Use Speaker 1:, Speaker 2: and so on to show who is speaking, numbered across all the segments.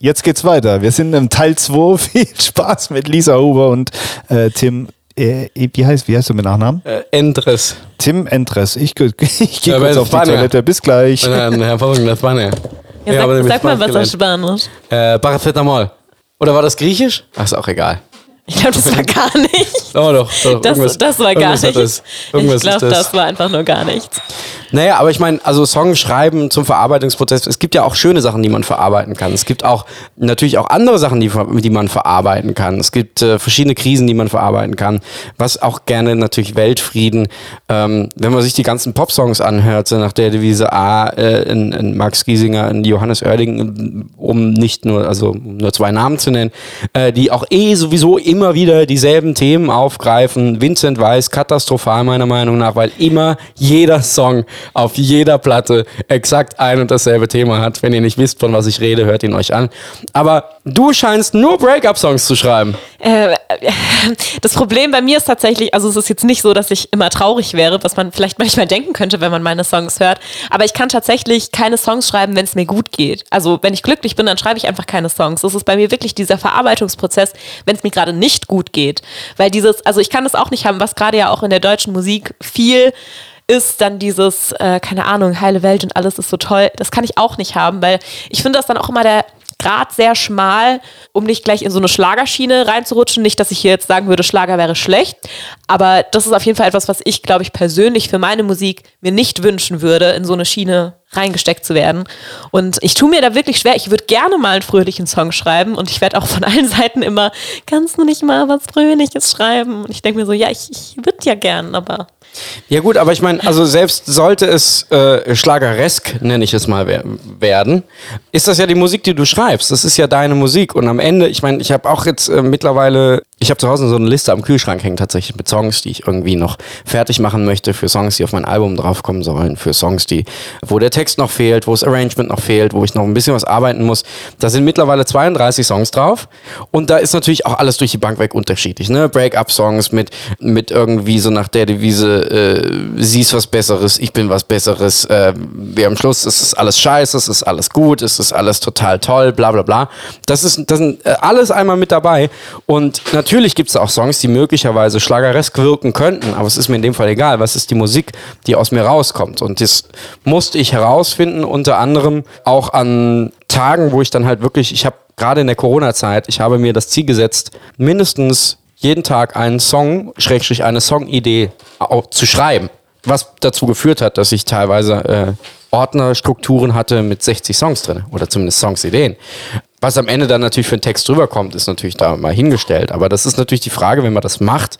Speaker 1: jetzt geht's weiter. Wir sind im Teil 2. Viel Spaß mit Lisa Huber und äh, Tim. Äh, wie, heißt, wie heißt du mit Nachnamen?
Speaker 2: Äh, Endres.
Speaker 1: Tim Entres. Ich, geh- ich gehe
Speaker 2: Ja, aber
Speaker 1: kurz
Speaker 2: das
Speaker 1: auf die
Speaker 2: waren ja-
Speaker 1: Toilette. Bis gleich.
Speaker 2: Oder ein hervorragender Spanier.
Speaker 3: Ja,
Speaker 2: aber
Speaker 3: sag
Speaker 2: dem
Speaker 3: sag mal was
Speaker 2: Spanisch
Speaker 3: auf Spanisch.
Speaker 2: gelernt. Äh, Paracetamol. Oder war das griechisch? Ach, ist auch egal.
Speaker 3: Ich glaube, das war gar nicht.
Speaker 2: Oh, doch, doch.
Speaker 3: Das,
Speaker 2: irgendwas-
Speaker 3: das war gar
Speaker 2: irgendwas
Speaker 3: nicht.
Speaker 2: hat Das,
Speaker 3: ich
Speaker 2: irgendwas
Speaker 3: glaube,
Speaker 2: ist
Speaker 3: das. war einfach nur gar nichts.
Speaker 2: Naja, aber ich meine, also Song schreiben zum Verarbeitungsprozess, es gibt ja auch schöne Sachen, die man verarbeiten kann. Es gibt auch natürlich auch andere Sachen, die, ver- die man verarbeiten kann. Es gibt äh, verschiedene Krisen, die man verarbeiten kann. Was auch gerne natürlich Weltfrieden. Ähm, wenn man sich die ganzen Popsongs anhört, so nach der Devise A, äh, in, in Max Giesinger, in Johannes Oerding, um nicht nur, also um nur zwei Namen zu nennen, äh, die auch eh sowieso immer wieder dieselben Themen aufgreifen. Vincent Weiss, katastrophal meiner Meinung nach, weil immer jeder Song auf jeder Platte exakt ein und dasselbe Thema hat. Wenn ihr nicht wisst, von was ich rede, hört ihn euch an. Aber du scheinst nur Break-up-Songs zu schreiben.
Speaker 3: Äh, das Problem bei mir ist tatsächlich, also es ist jetzt nicht so, dass ich immer traurig wäre, was man vielleicht manchmal denken könnte, wenn man meine Songs hört. Aber ich kann tatsächlich keine Songs schreiben, wenn es mir gut geht. Also wenn ich glücklich bin, dann schreibe ich einfach keine Songs. Das ist bei mir wirklich dieser Verarbeitungsprozess, wenn es mir gerade nicht gut geht. Weil dieses, also ich kann das auch nicht haben, was gerade ja auch in der deutschen Musik viel ist dann dieses, äh, keine Ahnung, heile Welt und alles ist so toll. Das kann ich auch nicht haben, weil ich finde das dann auch immer der Grad sehr schmal, um nicht gleich in so eine Schlagerschiene reinzurutschen. Nicht, dass ich hier jetzt sagen würde, Schlager wäre schlecht, aber das ist auf jeden Fall etwas, was ich, glaube ich, persönlich für meine Musik mir nicht wünschen würde, in so eine Schiene reingesteckt zu werden. Und ich tue mir da wirklich schwer. Ich würde gerne mal einen fröhlichen Song schreiben und ich werde auch von allen Seiten immer, kannst du nicht mal was Fröhliches schreiben? Und ich denke mir so, ja, ich, ich würde ja gern, aber
Speaker 2: Ja gut, aber ich meine, also selbst sollte es äh, schlageresk, nenne ich es mal, wer- werden, ist das ja die Musik, die du schreibst. Das ist ja deine Musik. Und am Ende, ich meine, ich habe auch jetzt äh, mittlerweile, ich habe zu Hause so eine Liste am Kühlschrank hängen tatsächlich mit Songs, die ich irgendwie noch fertig machen möchte, für Songs, die auf mein Album draufkommen sollen, für Songs, die, wo der Text noch fehlt, wo das Arrangement noch fehlt, wo ich noch ein bisschen was arbeiten muss. Da sind mittlerweile 32 Songs drauf. Und da ist natürlich auch alles durch die Bank weg unterschiedlich. Ne? Break-up-Songs mit, mit irgendwie so nach der Devise, äh, sie ist was Besseres, ich bin was Besseres. Äh, wir am Schluss, es ist alles scheiße, es ist alles gut, es ist alles total toll, bla bla bla. Das ist das sind äh, alles einmal mit dabei. Und natürlich gibt es auch Songs, die möglicherweise schlageresk wirken könnten, aber es ist mir in dem Fall egal. Was ist die Musik, die aus mir rauskommt? Und das musste ich herausfinden, unter anderem auch an Tagen, wo ich dann halt wirklich, ich habe gerade in der Corona-Zeit, ich habe mir das Ziel gesetzt, mindestens jeden Tag einen Song, Schrägstrich eine Songidee au- zu schreiben. Was dazu geführt hat, dass ich teilweise äh, Ordnerstrukturen hatte mit 60 Songs drin oder zumindest Songsideen. Was am Ende dann natürlich für einen Text rüberkommt, ist natürlich da mal hingestellt. Aber das ist natürlich die Frage, wenn man das macht,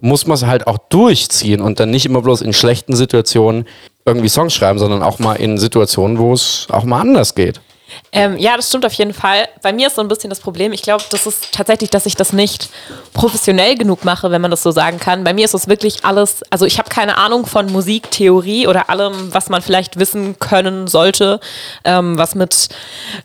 Speaker 2: muss man es halt auch durchziehen und dann nicht immer bloß in schlechten Situationen irgendwie Songs schreiben, sondern auch mal in Situationen, wo es auch mal anders geht.
Speaker 3: Ähm, ja, das stimmt auf jeden Fall. Bei mir ist so ein bisschen das Problem. Ich glaube, das ist tatsächlich, dass ich das nicht professionell genug mache, wenn man das so sagen kann. Bei mir ist es wirklich alles, also ich habe keine Ahnung von Musiktheorie oder allem, was man vielleicht wissen können sollte, ähm, was mit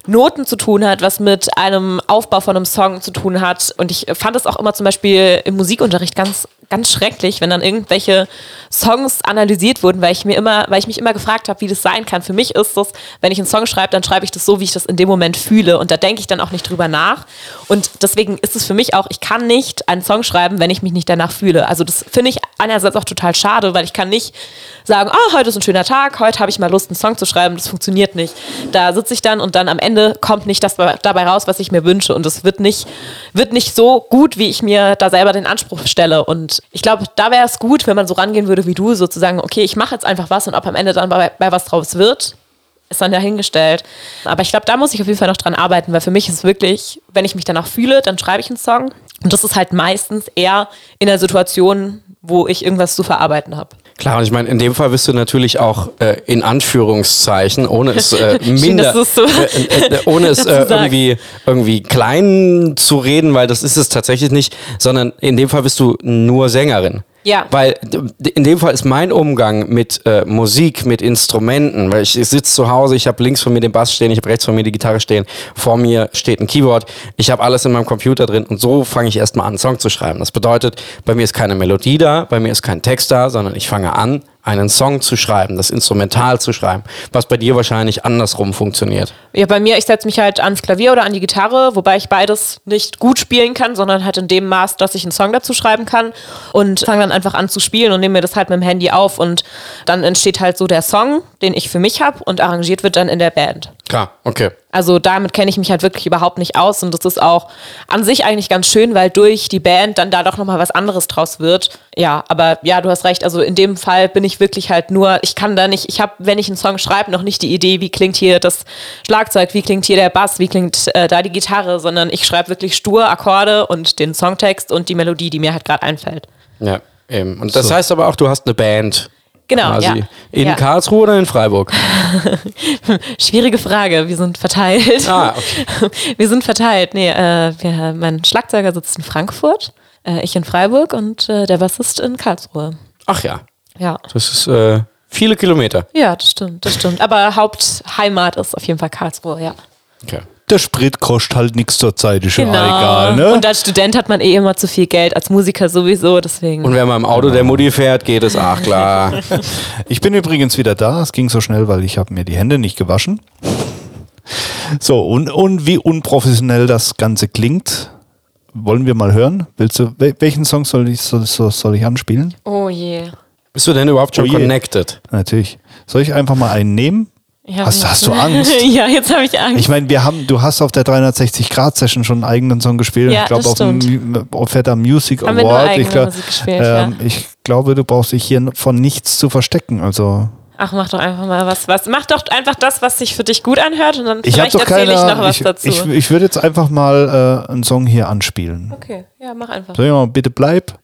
Speaker 3: Noten zu tun hat, was mit einem Aufbau von einem Song zu tun hat. Und ich fand es auch immer zum Beispiel im Musikunterricht ganz ganz schrecklich, wenn dann irgendwelche Songs analysiert wurden, weil ich mir immer, weil ich mich immer gefragt habe, wie das sein kann. Für mich ist das, wenn ich einen Song schreibe, dann schreibe ich das so, wie ich das in dem Moment fühle und da denke ich dann auch nicht drüber nach. Und deswegen ist es für mich auch, ich kann nicht einen Song schreiben, wenn ich mich nicht danach fühle. Also das finde ich einerseits auch total schade, weil ich kann nicht sagen, ah, heute ist ein schöner Tag, heute habe ich mal Lust, einen Song zu schreiben. Das funktioniert nicht. Da sitze ich dann und dann am Ende kommt nicht das dabei raus, was ich mir wünsche. Und es wird nicht, wird nicht so gut, wie ich mir da selber den Anspruch stelle. Und ich glaube, da wäre es gut, wenn man so rangehen würde wie du, sozusagen, okay, ich mache jetzt einfach was und ob am Ende dann bei, bei was draus wird, ist dann dahingestellt. Aber ich glaube, da muss ich auf jeden Fall noch dran arbeiten, weil für mich ist wirklich, wenn ich mich danach fühle, dann schreibe ich einen Song. Und das ist halt meistens eher in der Situation, wo ich irgendwas zu verarbeiten habe.
Speaker 2: Klar, und ich meine, in dem Fall bist du natürlich auch äh, in Anführungszeichen, ohne es äh, minder,
Speaker 3: dass du es so-
Speaker 2: äh, äh, äh, ohne es
Speaker 3: dazu
Speaker 2: äh,
Speaker 3: sagst.
Speaker 2: irgendwie, irgendwie klein zu reden, weil das ist es tatsächlich nicht, sondern in dem Fall bist du nur Sängerin.
Speaker 3: Ja.
Speaker 2: Weil d- in dem Fall ist mein Umgang mit äh, Musik, mit Instrumenten, weil ich, ich sitze zu Hause, ich habe links von mir den Bass stehen, ich habe rechts von mir die Gitarre stehen, vor mir steht ein Keyboard, ich habe alles in meinem Computer drin und so fange ich erstmal an, einen Song zu schreiben. Das bedeutet, bei mir ist keine Melodie da, bei mir ist kein Text da, sondern ich fange an, einen Song zu schreiben, das Instrumental zu schreiben, was bei dir wahrscheinlich andersrum funktioniert.
Speaker 3: Ja, bei mir, ich setze mich halt ans Klavier oder an die Gitarre, wobei ich beides nicht gut spielen kann, sondern halt in dem Maß, dass ich einen Song dazu schreiben kann und fange dann einfach an zu spielen und nehme mir das halt mit dem Handy auf und dann entsteht halt so der Song, den ich für mich habe und arrangiert wird dann in der Band.
Speaker 2: Klar, okay.
Speaker 3: Also damit kenne ich mich halt wirklich überhaupt nicht aus und das ist auch an sich eigentlich ganz schön, weil durch die Band dann da doch nochmal was anderes draus wird. Ja, aber ja, du hast recht, also in dem Fall bin ich wirklich halt nur, ich kann da nicht, ich habe, wenn ich einen Song schreibe, noch nicht die Idee, wie klingt hier das Schlagzeug, wie klingt hier der Bass, wie klingt äh, da die Gitarre, sondern ich schreibe wirklich stur Akkorde und den Songtext und die Melodie, die mir halt gerade einfällt.
Speaker 2: Ja, eben. Und das heißt aber auch, du hast eine Band.
Speaker 3: Genau,
Speaker 2: Quasi.
Speaker 3: ja.
Speaker 2: In
Speaker 3: ja.
Speaker 2: Karlsruhe oder in Freiburg?
Speaker 3: Schwierige Frage, wir sind verteilt.
Speaker 2: Ah, okay.
Speaker 3: Wir sind verteilt. Nee, äh, wir, mein Schlagzeuger sitzt in Frankfurt, äh, ich in Freiburg und äh, der Bassist in Karlsruhe.
Speaker 2: Ach ja,
Speaker 3: Ja.
Speaker 2: das ist äh, viele Kilometer.
Speaker 3: Ja, das stimmt, das stimmt. Aber Hauptheimat ist auf jeden Fall Karlsruhe, ja.
Speaker 2: Okay.
Speaker 1: Der Sprit kostet halt nichts zur Zeit, ist ja egal,
Speaker 3: Genau. Und
Speaker 1: ne?
Speaker 3: als Student hat man eh immer zu viel Geld, als Musiker sowieso, deswegen.
Speaker 2: Und wenn man im Auto der Mutti fährt, geht es. Ach klar.
Speaker 1: Ich bin übrigens wieder da. Es ging so schnell, weil ich habe mir die Hände nicht gewaschen. So, und, und wie unprofessionell das Ganze klingt, wollen wir mal hören. Willst du, wel- welchen Song soll ich, soll, soll soll ich anspielen?
Speaker 3: oh je.
Speaker 2: Bist du denn überhaupt schon
Speaker 1: Oh je.
Speaker 2: connected?
Speaker 1: Natürlich. Soll ich einfach mal einen nehmen?
Speaker 3: Ja,
Speaker 1: Hast- hast du Angst?
Speaker 3: ja, jetzt habe ich Angst.
Speaker 1: Ich meine, wir haben, du hast auf der 360-Grad-Session schon einen eigenen Song gespielt.
Speaker 3: Ja,
Speaker 1: ich glaube,
Speaker 3: das
Speaker 1: auf dem Mu- auf der Music
Speaker 3: Haben wir nur
Speaker 1: Award.
Speaker 3: eigene
Speaker 1: ich, glaub,
Speaker 3: Musik gespielt,
Speaker 1: ähm,
Speaker 3: ja.
Speaker 1: ich glaube, du brauchst dich hier von nichts zu verstecken. Also,
Speaker 3: Ach, mach doch einfach mal was, was. Mach doch einfach das, was sich für dich gut anhört und dann
Speaker 1: ich habe
Speaker 3: vielleicht
Speaker 1: doch keine
Speaker 3: erzähle ich noch
Speaker 1: Ahnung.
Speaker 3: was
Speaker 1: Ich,
Speaker 3: dazu.
Speaker 1: ich, ich würde jetzt einfach mal äh, einen Song hier anspielen.
Speaker 3: okay, ja, mach einfach.
Speaker 1: Soll ich mal bitte bleib?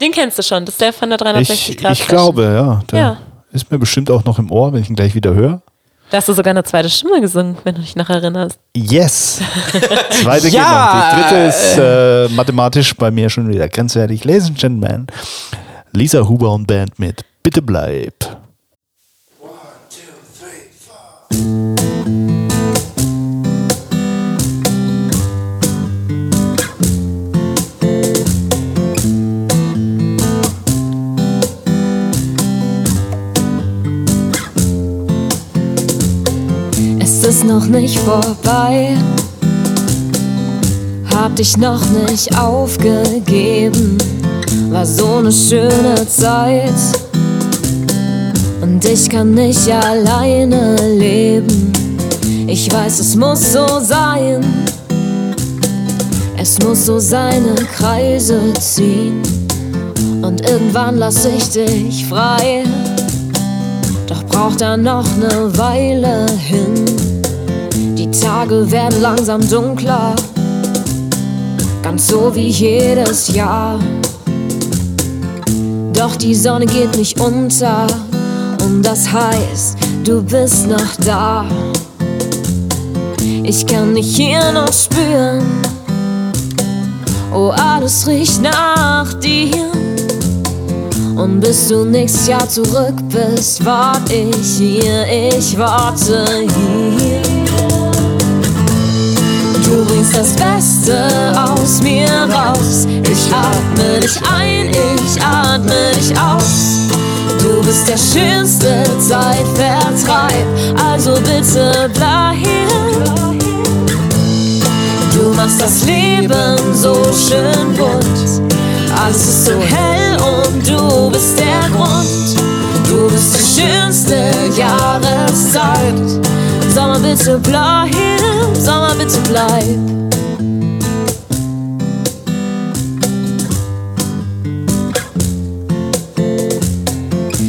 Speaker 3: Den kennst du schon, das ist der von der 360
Speaker 1: Ich,
Speaker 3: Grad.
Speaker 1: ich glaube, ja. Der
Speaker 3: Ja.
Speaker 1: Ist mir bestimmt auch noch im Ohr, wenn ich ihn gleich wieder höre.
Speaker 3: Da hast du sogar eine zweite Stimme gesungen, wenn du dich noch erinnerst.
Speaker 1: Yes! Zweite geht
Speaker 2: Ja.
Speaker 1: noch. Die dritte ist äh, mathematisch bei mir schon wieder grenzwertig. Ladies and Gentlemen, Lisa Huber und Band mit Bitte bleib.
Speaker 4: Es ist noch nicht vorbei. Hab dich noch nicht aufgegeben. War so eine schöne Zeit. Und ich kann nicht alleine leben. Ich weiß, es muss so sein. Es muss so seine Kreise ziehen. Und irgendwann lass ich dich frei. Doch braucht er noch ne Weile hin. Die Tage werden langsam dunkler, ganz so wie jedes Jahr. Doch die Sonne geht nicht unter und das heißt, du bist noch da. Ich kann dich hier noch spüren. Oh, alles riecht nach dir. Und bis du nächstes Jahr zurück bist, wart ich hier, ich warte hier. Du bringst das Beste aus mir raus. Ich atme dich ein, ich atme dich aus. Du bist der schönste Zeitvertreib, also bitte bleib. Du machst das Leben so schön bunt. Alles ist so hell und du bist der Grund. Du bist die schönste Jahreszeit. Sommer bitte bleib, Sommer bitte bleib.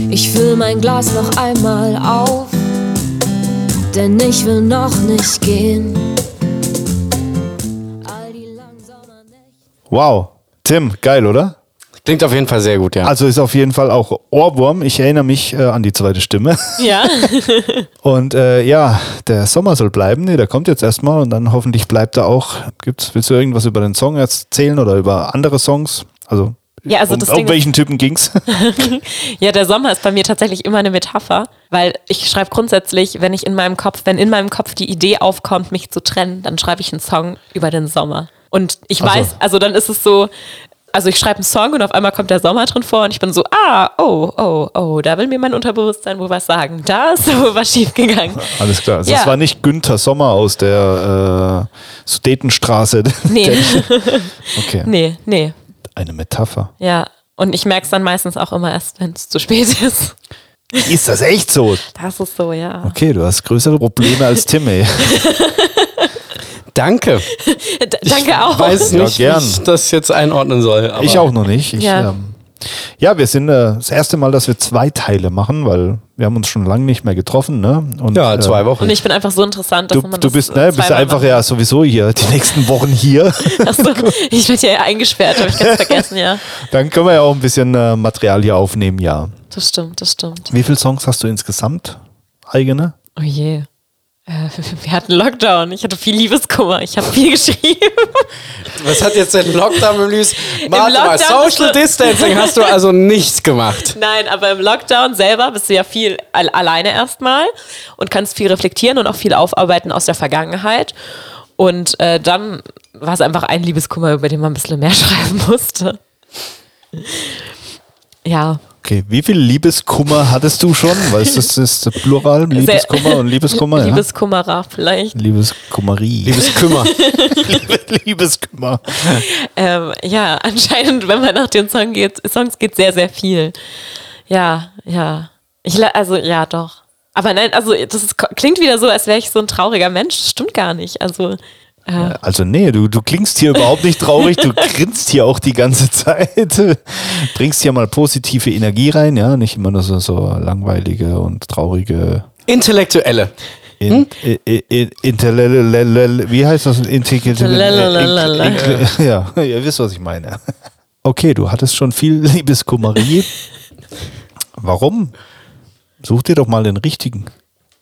Speaker 4: Ich füll mein Glas noch einmal auf, denn ich will noch nicht gehen. All die langen Sommernächte.
Speaker 1: Wow. Tim, geil, oder?
Speaker 2: Klingt auf jeden Fall sehr gut, ja.
Speaker 1: Also ist auf jeden Fall auch Ohrwurm. Ich erinnere mich äh, an die zweite Stimme.
Speaker 3: Ja.
Speaker 1: Und äh, ja, der Sommer soll bleiben. Nee, der kommt jetzt erstmal und dann hoffentlich bleibt er auch. Gibt's, willst du irgendwas über den Song erzählen oder über andere Songs? Also,
Speaker 3: Ja, also
Speaker 1: um,
Speaker 3: das
Speaker 1: um
Speaker 3: Ding ist-
Speaker 1: welchen Typen ging's?
Speaker 3: ja, der Sommer ist bei mir tatsächlich immer eine Metapher, weil ich schreibe grundsätzlich, wenn ich in meinem Kopf, wenn in meinem Kopf die Idee aufkommt, mich zu trennen, dann schreibe ich einen Song über den Sommer. Und ich
Speaker 1: Ach so.
Speaker 3: weiß, also dann ist es so, also ich schreibe einen Song und auf einmal kommt der Sommer drin vor und ich bin so, ah, oh, oh, oh, da will mir mein Unterbewusstsein wohl was sagen. Da ist wohl was schiefgegangen.
Speaker 1: Alles klar. Also
Speaker 3: Ja.
Speaker 1: Das war nicht Günther Sommer aus der äh, Sudetenstraße.
Speaker 3: Nee,
Speaker 1: Okay.
Speaker 3: nee, nee.
Speaker 1: Eine Metapher.
Speaker 3: Ja. Und ich merke es dann meistens auch immer erst, wenn es zu spät ist.
Speaker 1: Ist das echt so?
Speaker 3: Das ist so, ja.
Speaker 1: Okay, du hast größere Probleme als Timmy.
Speaker 2: Danke.
Speaker 3: D danke auch.
Speaker 2: Ich weiß
Speaker 1: Ja,
Speaker 2: nicht,
Speaker 1: gern.
Speaker 2: wie ich das jetzt einordnen soll. aber-
Speaker 1: Ich auch noch nicht. Ich,
Speaker 3: Ja.
Speaker 1: ja. Ähm, ja, wir sind äh, das erste Mal, dass wir zwei Teile machen, weil wir haben uns schon lange nicht mehr getroffen. Ne? Und,
Speaker 2: Ja, zwei
Speaker 1: äh,
Speaker 2: Wochen.
Speaker 3: Und ich bin einfach so interessant, dass
Speaker 1: Du,
Speaker 3: man
Speaker 1: du
Speaker 3: das
Speaker 1: bist, ne, bist
Speaker 3: zweimal
Speaker 1: einfach
Speaker 3: macht.
Speaker 1: ja sowieso hier die nächsten Wochen hier.
Speaker 3: Achso, ich werde ja eingesperrt, habe ich ganz vergessen, ja.
Speaker 1: Dann können wir ja auch ein bisschen äh, Material hier aufnehmen, ja.
Speaker 3: Das stimmt, das stimmt.
Speaker 1: Wie viele Songs hast du insgesamt? Eigene?
Speaker 3: Oh je. Äh, wir hatten Lockdown. Ich hatte viel Liebeskummer. Ich habe viel geschrieben.
Speaker 2: Was hat jetzt der Lockdown mit Luis? Warte mal,
Speaker 3: Lockdown-
Speaker 2: Social Distancing hast du also nichts gemacht.
Speaker 3: Nein, aber im Lockdown selber bist du ja viel al alleine erstmal und kannst viel reflektieren und auch viel aufarbeiten aus der Vergangenheit. Und äh, dann war es einfach ein Liebeskummer, über den man ein bisschen mehr schreiben musste. Ja,
Speaker 1: Okay, wie viel Liebeskummer hattest du schon? Weil es ist, das ist Plural, Liebeskummer und Liebeskummer. ja?
Speaker 3: Liebeskummerer vielleicht.
Speaker 1: Liebeskummerie.
Speaker 2: Liebes Kümmer.
Speaker 1: Liebeskummer.
Speaker 3: Ähm, ja, anscheinend, wenn man nach den Song geht, Songs geht sehr, sehr viel. Ja, ja. Ich, la- also, ja, doch. Aber nein, also, das ist, klingt wieder so, als wäre ich so ein trauriger Mensch. Das stimmt gar nicht. Also,
Speaker 1: Also nee, du, du klingst hier überhaupt nicht traurig, du grinst hier auch die ganze Zeit. Bringst hier mal positive Energie rein, ja, nicht immer nur so, so langweilige und traurige
Speaker 2: Intellektuelle.
Speaker 3: Hm?
Speaker 1: in, i- i- i- Interlelelele- wie heißt das? Intelligenz.
Speaker 3: Telelelelele.
Speaker 1: Ja, ihr wisst, was ich meine. Okay, du hattest schon viel Liebeskummerie. Warum? Such dir doch mal den richtigen.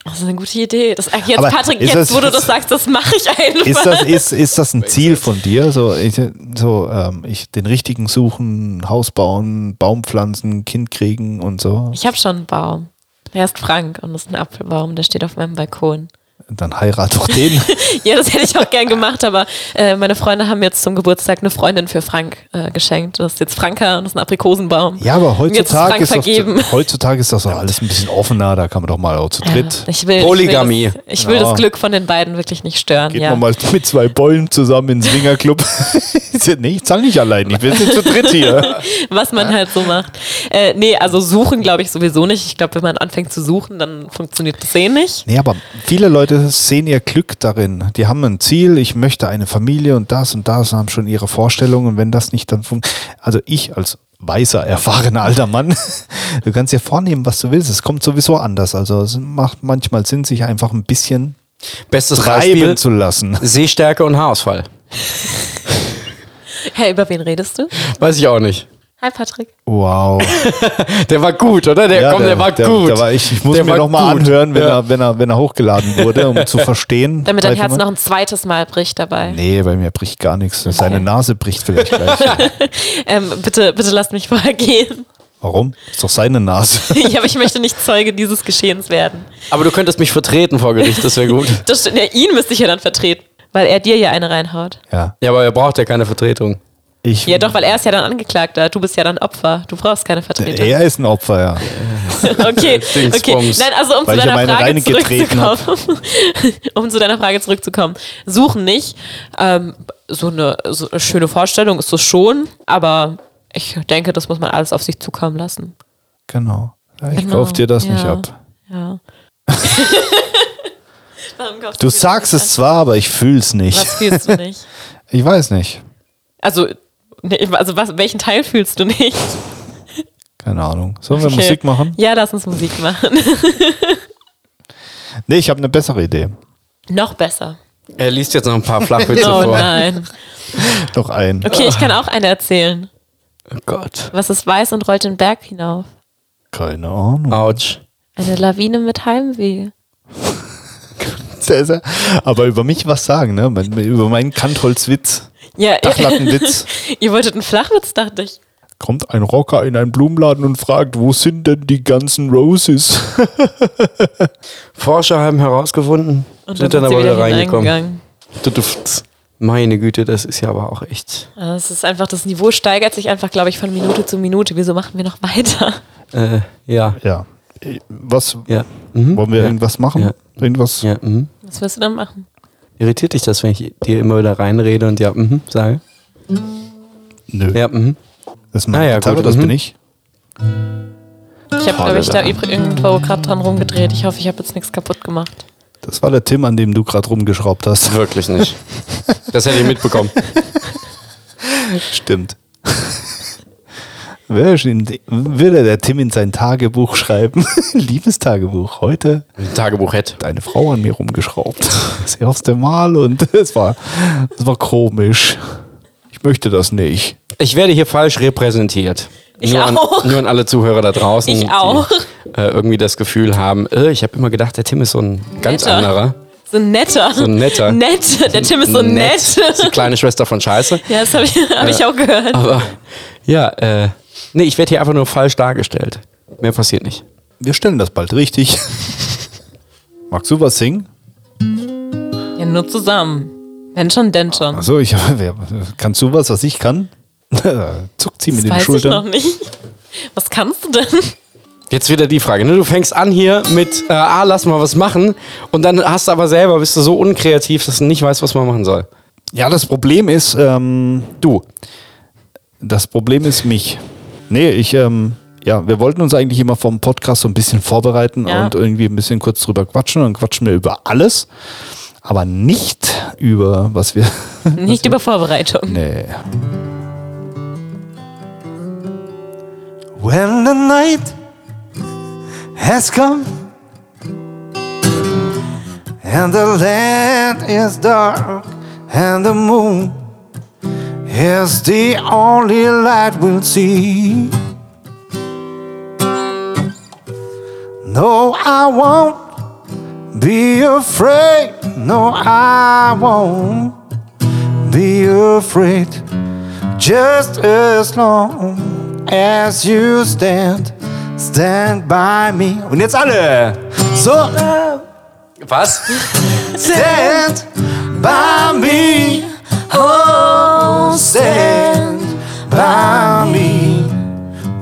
Speaker 3: das ist eine gute Idee. Das, ach, jetzt,
Speaker 1: Aber
Speaker 3: Patrick,
Speaker 1: ist
Speaker 3: jetzt,
Speaker 1: das-
Speaker 3: wo du das sagst, das mache ich einfach.
Speaker 1: Ist das, ist, ist das ein Ziel von dir? So, ich, so ähm, ich den richtigen suchen, Haus bauen, Baum pflanzen, Kind kriegen und so.
Speaker 3: ich habe schon einen Baum. Der heißt Frank und das ist ein Apfelbaum, der steht auf meinem Balkon.
Speaker 1: Dann heirat doch den.
Speaker 3: Ja, das hätte ich auch gern gemacht, aber äh, meine Freunde haben jetzt zum Geburtstag eine Freundin für Frank äh, geschenkt. Das ist jetzt Franka und das ist ein Aprikosenbaum.
Speaker 1: Ja, aber
Speaker 3: Und jetzt
Speaker 1: heutzutage
Speaker 3: ist
Speaker 1: ist,
Speaker 3: Frank vergeben.
Speaker 1: doch, heutzutage ist das doch alles ein bisschen offener. Da kann man doch mal auch zu dritt.
Speaker 3: Ja, ich will,
Speaker 2: Polygamie.
Speaker 3: Ich will, das, ich will
Speaker 1: Ja.
Speaker 3: das Glück von den beiden wirklich nicht stören.
Speaker 1: Geht
Speaker 3: ja.
Speaker 1: man mal mit zwei Bäumen zusammen in den Swingerclub. nee, ich zahle nicht allein. Ich bin zu dritt hier.
Speaker 3: Was man halt so macht. Äh, nee, also suchen glaube ich sowieso nicht. Ich glaube, wenn man anfängt zu suchen, dann funktioniert das eh nicht.
Speaker 1: Nee, aber viele Leute sehen ihr Glück darin. Die haben ein Ziel, ich möchte eine Familie und das und das und haben schon ihre Vorstellungen. Und wenn das nicht dann funktioniert, also ich als weiser, erfahrener alter Mann, du kannst dir vornehmen, was du willst. Es kommt sowieso anders. Also es macht manchmal Sinn, sich einfach ein bisschen
Speaker 2: Bestes Beispiel.
Speaker 1: treiben zu lassen.
Speaker 2: Sehstärke und Haarausfall.
Speaker 3: Hey, über wen redest du?
Speaker 2: Weiß ich auch nicht.
Speaker 3: Hi, Patrick.
Speaker 1: Wow.
Speaker 2: Der war gut, oder? Der, komm, der, war
Speaker 1: der,
Speaker 2: gut.
Speaker 1: Der war, ich, ich muss
Speaker 2: Der
Speaker 1: mir
Speaker 2: war
Speaker 1: nochmal
Speaker 2: gut.
Speaker 1: anhören, wenn,
Speaker 2: Ja.
Speaker 1: er, wenn, er, wenn er hochgeladen wurde, um zu verstehen.
Speaker 3: Damit dein
Speaker 1: Weiß
Speaker 3: Herz
Speaker 1: jemand?
Speaker 3: noch ein zweites Mal bricht dabei.
Speaker 1: Nee, bei mir bricht gar nichts. Seine Nase bricht vielleicht gleich.
Speaker 3: Ähm, bitte, bitte lasst mich vorher gehen.
Speaker 1: Warum? Ist doch seine Nase.
Speaker 3: ja, aber ich möchte nicht Zeuge dieses Geschehens werden.
Speaker 2: Aber du könntest mich vertreten vor Gericht, das wäre gut.
Speaker 3: Das, stimmt, ja, ihn müsste ich ja dann vertreten, weil er dir ja eine reinhaut.
Speaker 1: Ja.
Speaker 2: Ja, aber er braucht ja keine Vertretung.
Speaker 1: Ich,
Speaker 3: Ja, doch, weil er ist ja dann Angeklagter. Du bist ja dann Opfer. Du brauchst keine Vertretung.
Speaker 1: Er ist ein Opfer, ja.
Speaker 3: Okay, okay.
Speaker 2: Dingsbums.
Speaker 3: Nein, also um
Speaker 1: Weil ich
Speaker 3: zu
Speaker 1: ja
Speaker 3: deiner
Speaker 1: meine
Speaker 3: Frage
Speaker 1: reingetreten hab.
Speaker 3: zurückzukommen. um zu deiner Frage zurückzukommen. Suchen nicht. Ähm, so, eine, so eine schöne Vorstellung ist das schon, aber ich denke, das muss man alles auf sich zukommen lassen.
Speaker 1: Genau. Ja, ich
Speaker 3: Genau,
Speaker 1: kauf dir das nicht
Speaker 3: ja.
Speaker 1: ab.
Speaker 3: Ja. Warum kaufst
Speaker 1: Du
Speaker 3: mir das
Speaker 1: sagst
Speaker 3: nicht
Speaker 1: es zwar, aber ich fühl's
Speaker 3: an?
Speaker 1: nicht.
Speaker 3: Was fühlst du nicht?
Speaker 1: Ich weiß nicht.
Speaker 3: Also, nee, also was, welchen Teil fühlst du nicht?
Speaker 1: Keine Ahnung. Sollen wir
Speaker 3: Okay.
Speaker 1: Musik machen?
Speaker 3: Ja, lass uns Musik machen.
Speaker 1: Nee, ich habe eine bessere Idee.
Speaker 3: Noch besser.
Speaker 2: Er liest jetzt noch ein paar Flachwitze
Speaker 3: Oh
Speaker 2: vor.
Speaker 3: nein.
Speaker 1: Noch einen.
Speaker 3: Okay, ich kann auch eine erzählen.
Speaker 2: Oh Gott.
Speaker 3: Was ist weiß und rollt den Berg hinauf?
Speaker 1: Keine Ahnung.
Speaker 2: Autsch.
Speaker 3: Eine Lawine mit Heimweh.
Speaker 1: Sehr, sehr. Aber über mich was sagen, ne? Mein- Über meinen Kantholzwitz,
Speaker 3: Ja,
Speaker 1: Dachlattenwitz.
Speaker 3: ihr wolltet einen Flachwitz, dachte ich.
Speaker 1: Kommt ein Rocker in einen Blumenladen und fragt, wo sind denn die ganzen Roses?
Speaker 2: Forscher haben herausgefunden,
Speaker 3: Und
Speaker 2: sind
Speaker 3: dann
Speaker 2: dann
Speaker 3: sind sie
Speaker 2: aber
Speaker 3: wieder
Speaker 2: wieder reingekommen.
Speaker 3: hineingegangen.
Speaker 2: Du duftst. Meine Güte, das ist ja aber auch echt.
Speaker 3: Also Es ist einfach, das Niveau steigert sich einfach, glaube ich, von Minute zu Minute. Wieso machen wir noch weiter?
Speaker 2: Äh, ja.
Speaker 1: Ja. Äh, Was?
Speaker 2: Ja.
Speaker 1: Wollen wir irgendwas machen?
Speaker 2: Ja.
Speaker 1: Irgendwas?
Speaker 2: ja mhm.
Speaker 3: Was willst du dann machen?
Speaker 2: Irritiert dich das, wenn ich dir immer wieder reinrede und ja, mhm, sage?
Speaker 1: Nö.
Speaker 2: Ja, mhm.
Speaker 1: Das ist meine
Speaker 2: Ah ja,
Speaker 1: Gitarre,
Speaker 2: gut,
Speaker 1: das
Speaker 2: mhm.
Speaker 1: bin ich.
Speaker 3: Ich habe, glaube ich, da übr- irgendwo gerade dran rumgedreht. Ich hoffe, ich habe jetzt nichts kaputt gemacht.
Speaker 1: Das war der Tim, an dem du gerade rumgeschraubt hast.
Speaker 2: Wirklich nicht. Das hätte ich mitbekommen.
Speaker 1: Stimmt. Wer ist in- Würde der Tim in sein Tagebuch schreiben? Liebes Tagebuch, heute
Speaker 2: Ein Tagebuch hätte.
Speaker 1: hat eine Frau an mir rumgeschraubt. Das erste Mal und es war, es war komisch. Ich möchte das nicht.
Speaker 2: Ich werde hier falsch repräsentiert.
Speaker 3: Ich
Speaker 2: nur,
Speaker 3: auch.
Speaker 2: An, nur an alle Zuhörer da draußen.
Speaker 3: Ich auch.
Speaker 2: Die, äh, irgendwie das Gefühl haben, äh, ich habe immer gedacht, der Tim ist so ein ganz
Speaker 3: Netter.
Speaker 2: anderer.
Speaker 3: So ein netter. So
Speaker 2: ein netter.
Speaker 3: Nett. Der Tim ist so nett.
Speaker 2: Ist die kleine Schwester von Scheiße.
Speaker 3: Ja, das habe ich, hab ich auch gehört.
Speaker 2: Aber ja, äh, nee, ich werde hier einfach nur falsch dargestellt. Mehr passiert nicht.
Speaker 1: Wir stellen das bald richtig. Magst du was singen?
Speaker 3: Ja, nur zusammen. Wenn schon, denn schon.
Speaker 1: Achso, ich, wer- kannst du was, was ich kann? Zuckt sie mit
Speaker 3: Das
Speaker 1: den
Speaker 3: weiß ich noch
Speaker 1: Schultern.
Speaker 3: nicht. Was kannst du denn?
Speaker 2: Jetzt wieder die Frage. Ne? Du fängst an hier mit, äh, ah, lass mal was machen. Und dann hast du aber selber, bist du so unkreativ, dass du nicht weißt, was man machen soll.
Speaker 1: Ja, das Problem ist, ähm,
Speaker 2: Du.
Speaker 1: Das Problem ist mich. Nee, ich, ähm, ja, wir wollten uns eigentlich immer vom Podcast so ein bisschen vorbereiten
Speaker 3: Ja.
Speaker 1: und irgendwie ein bisschen kurz drüber quatschen. Dann quatschen wir über alles, aber nicht über, was wir.
Speaker 3: Nicht über Vorbereitung.
Speaker 1: nee.
Speaker 5: When the night has come and the land is dark and the moon is the only light we'll see. No, I won't be afraid. No, I won't be afraid just as long as you stand, stand by me. Und jetzt alle. So long,
Speaker 2: Was?
Speaker 5: stand by me. Oh, stand by me.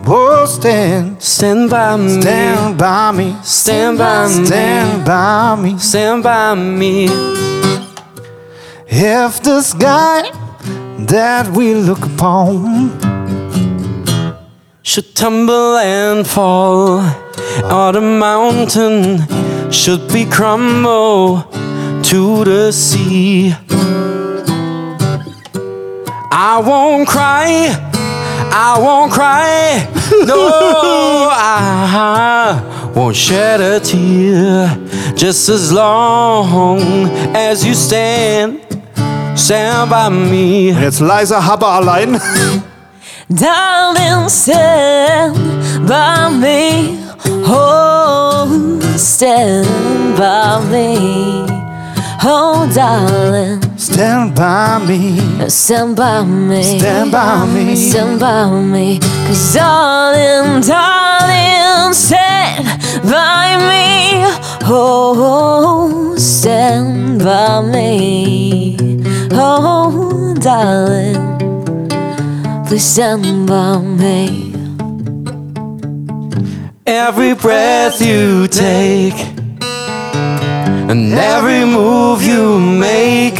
Speaker 5: Oh, stand,
Speaker 2: Stand by me.
Speaker 5: stand by me.
Speaker 2: Stand by me.
Speaker 5: Stand by me.
Speaker 2: Stand by me.
Speaker 5: If the sky that we look upon
Speaker 2: Should tumble and fall, or the mountain should be crumble to the sea. I won't cry, I won't cry, no, I won't shed a tear. Just as long as you stand, stand by me.
Speaker 1: Jetzt leiser Haber allein.
Speaker 4: Darling, stand by me. Oh, stand by me. Oh, darling,
Speaker 5: Stand by me,
Speaker 4: stand by me.
Speaker 5: stand by me.
Speaker 4: Stand by me. Cause darling, darling, stand by me. Oh, stand by me. Oh, darling, please stand by me.
Speaker 2: Every breath you take and every move you make,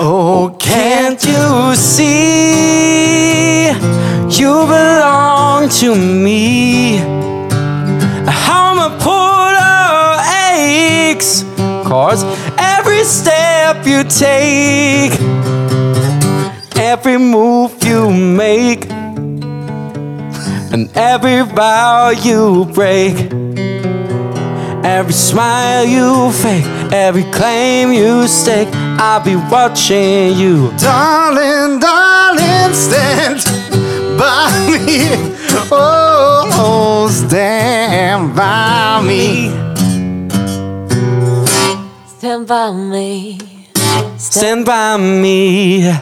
Speaker 5: Oh,
Speaker 2: Can't you see? You belong to me. How my poor aches, cause every step you take, every move you make, and every vow you break. Every smile you fake, every claim you stake, I'll be watching you.
Speaker 5: Darling, darling, stand by me. Oh, oh, stand by me.
Speaker 4: Stand by me.
Speaker 2: Stand by me.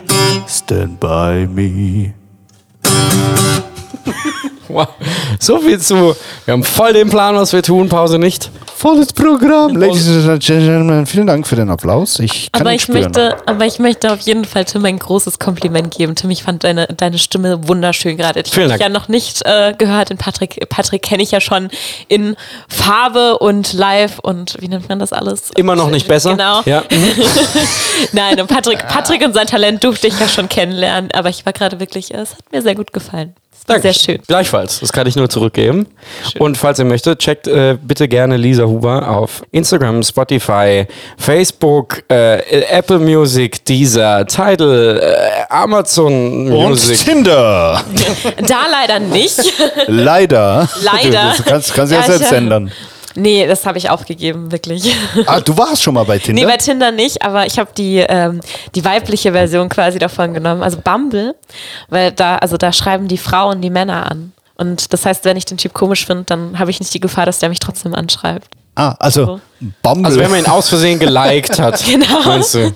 Speaker 1: Stand by me.
Speaker 2: Wow. So viel zu. Wir haben voll den Plan, was wir tun. Pause nicht.
Speaker 1: Volles Programm. Ladies and Gentlemen, vielen Dank für den Applaus. Ich kann
Speaker 3: Aber
Speaker 1: ihn
Speaker 3: ich,
Speaker 1: spüren.
Speaker 3: möchte, aber ich möchte auf jeden Fall Tim ein großes Kompliment geben. Tim, ich fand deine, deine Stimme wunderschön gerade. Ich
Speaker 2: Vielen
Speaker 3: habe dich ja
Speaker 2: Dank.
Speaker 3: noch nicht äh, gehört. Den Patrick, Patrick kenne ich ja schon in Farbe und live und wie nennt man das alles?
Speaker 2: Immer noch nicht besser.
Speaker 3: Genau.
Speaker 2: Ja.
Speaker 3: Nein, und Patrick, Patrick und sein Talent durfte ich ja schon kennenlernen. Aber ich war gerade wirklich, äh, es hat mir sehr gut gefallen. Es war
Speaker 2: Danke.
Speaker 3: sehr schön.
Speaker 2: Gleichfalls. Das kann ich nur zurückgeben. Und falls ihr möchtet, checkt äh, bitte gerne Lisa Huber auf Instagram, Spotify, Facebook, äh, Apple Music, Deezer, Tidal, äh, Amazon
Speaker 1: Und
Speaker 2: Music.
Speaker 1: Tinder.
Speaker 3: Da leider nicht.
Speaker 1: Leider.
Speaker 3: Leider.
Speaker 1: Du kannst, kannst ja
Speaker 3: Ja,
Speaker 1: selbst
Speaker 3: ich, äh,
Speaker 1: ändern.
Speaker 3: Nee, das habe ich aufgegeben, wirklich.
Speaker 1: Ah, du warst schon mal bei Tinder?
Speaker 3: Nee,
Speaker 2: Ne?
Speaker 3: bei Tinder nicht, aber ich habe die, ähm, die weibliche Version quasi davon genommen, also Bumble, weil da, also da schreiben die Frauen die Männer an. Und das heißt, wenn ich den Typ komisch finde, dann habe ich nicht die Gefahr, dass der mich trotzdem anschreibt.
Speaker 1: ah, also Bumble.
Speaker 2: Also wenn man ihn aus Versehen geliked hat,
Speaker 3: Genau.
Speaker 2: meinst du?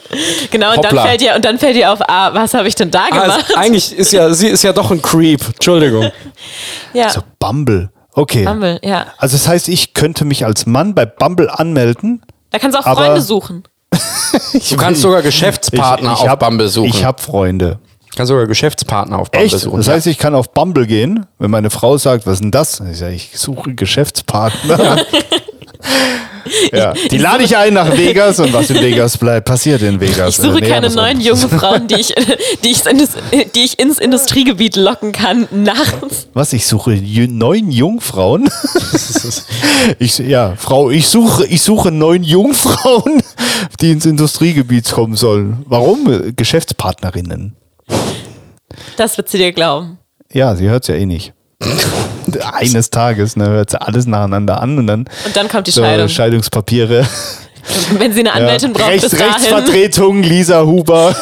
Speaker 3: Genau, und dann,
Speaker 2: Hoppla.
Speaker 3: fällt dir, und dann fällt dir auf, ah, was habe ich denn da
Speaker 2: Ah,
Speaker 3: gemacht?
Speaker 2: es, eigentlich ist ja, sie ist ja doch ein Creep. Entschuldigung.
Speaker 3: ja,
Speaker 1: also Bumble. Okay.
Speaker 3: Bumble, ja.
Speaker 1: Also das heißt, ich könnte mich als Mann bei Bumble anmelden.
Speaker 3: Da kannst du auch
Speaker 1: Aber-
Speaker 3: Freunde suchen.
Speaker 2: Du kannst sogar Geschäftspartner auf
Speaker 1: hab-
Speaker 2: Bumble suchen.
Speaker 1: Ich habe Freunde.
Speaker 2: kannst sogar Geschäftspartner auf Bumble
Speaker 1: Echt?
Speaker 2: suchen.
Speaker 1: Das heißt, ich kann auf Bumble gehen, wenn meine Frau sagt, was ist denn das? Ich sage, ich suche Geschäftspartner. ja. Die lade ich ein nach Vegas und was in Vegas bleibt, passiert in Vegas.
Speaker 3: Ich suche
Speaker 1: Äh, nee,
Speaker 3: keine
Speaker 1: andersrum.
Speaker 3: neuen jungen Frauen, die ich, die, ich in das, die ich ins Industriegebiet locken kann nachts.
Speaker 1: Was? Ich suche ju- neun Jungfrauen? ich, ja, Frau, ich suche, ich suche neun Jungfrauen, die ins Industriegebiet kommen sollen. Warum? Äh, Geschäftspartnerinnen.
Speaker 3: Das wird sie dir glauben.
Speaker 1: Ja, sie hört es ja eh nicht. Eines Tages ne, hört sie alles nacheinander an und dann
Speaker 3: Und dann kommt die
Speaker 1: so
Speaker 3: Scheidung.
Speaker 1: Scheidungspapiere.
Speaker 3: Wenn sie eine Anwältin braucht,
Speaker 1: Rechts,
Speaker 3: bis dahin,
Speaker 1: Rechtsvertretung, Lisa Huber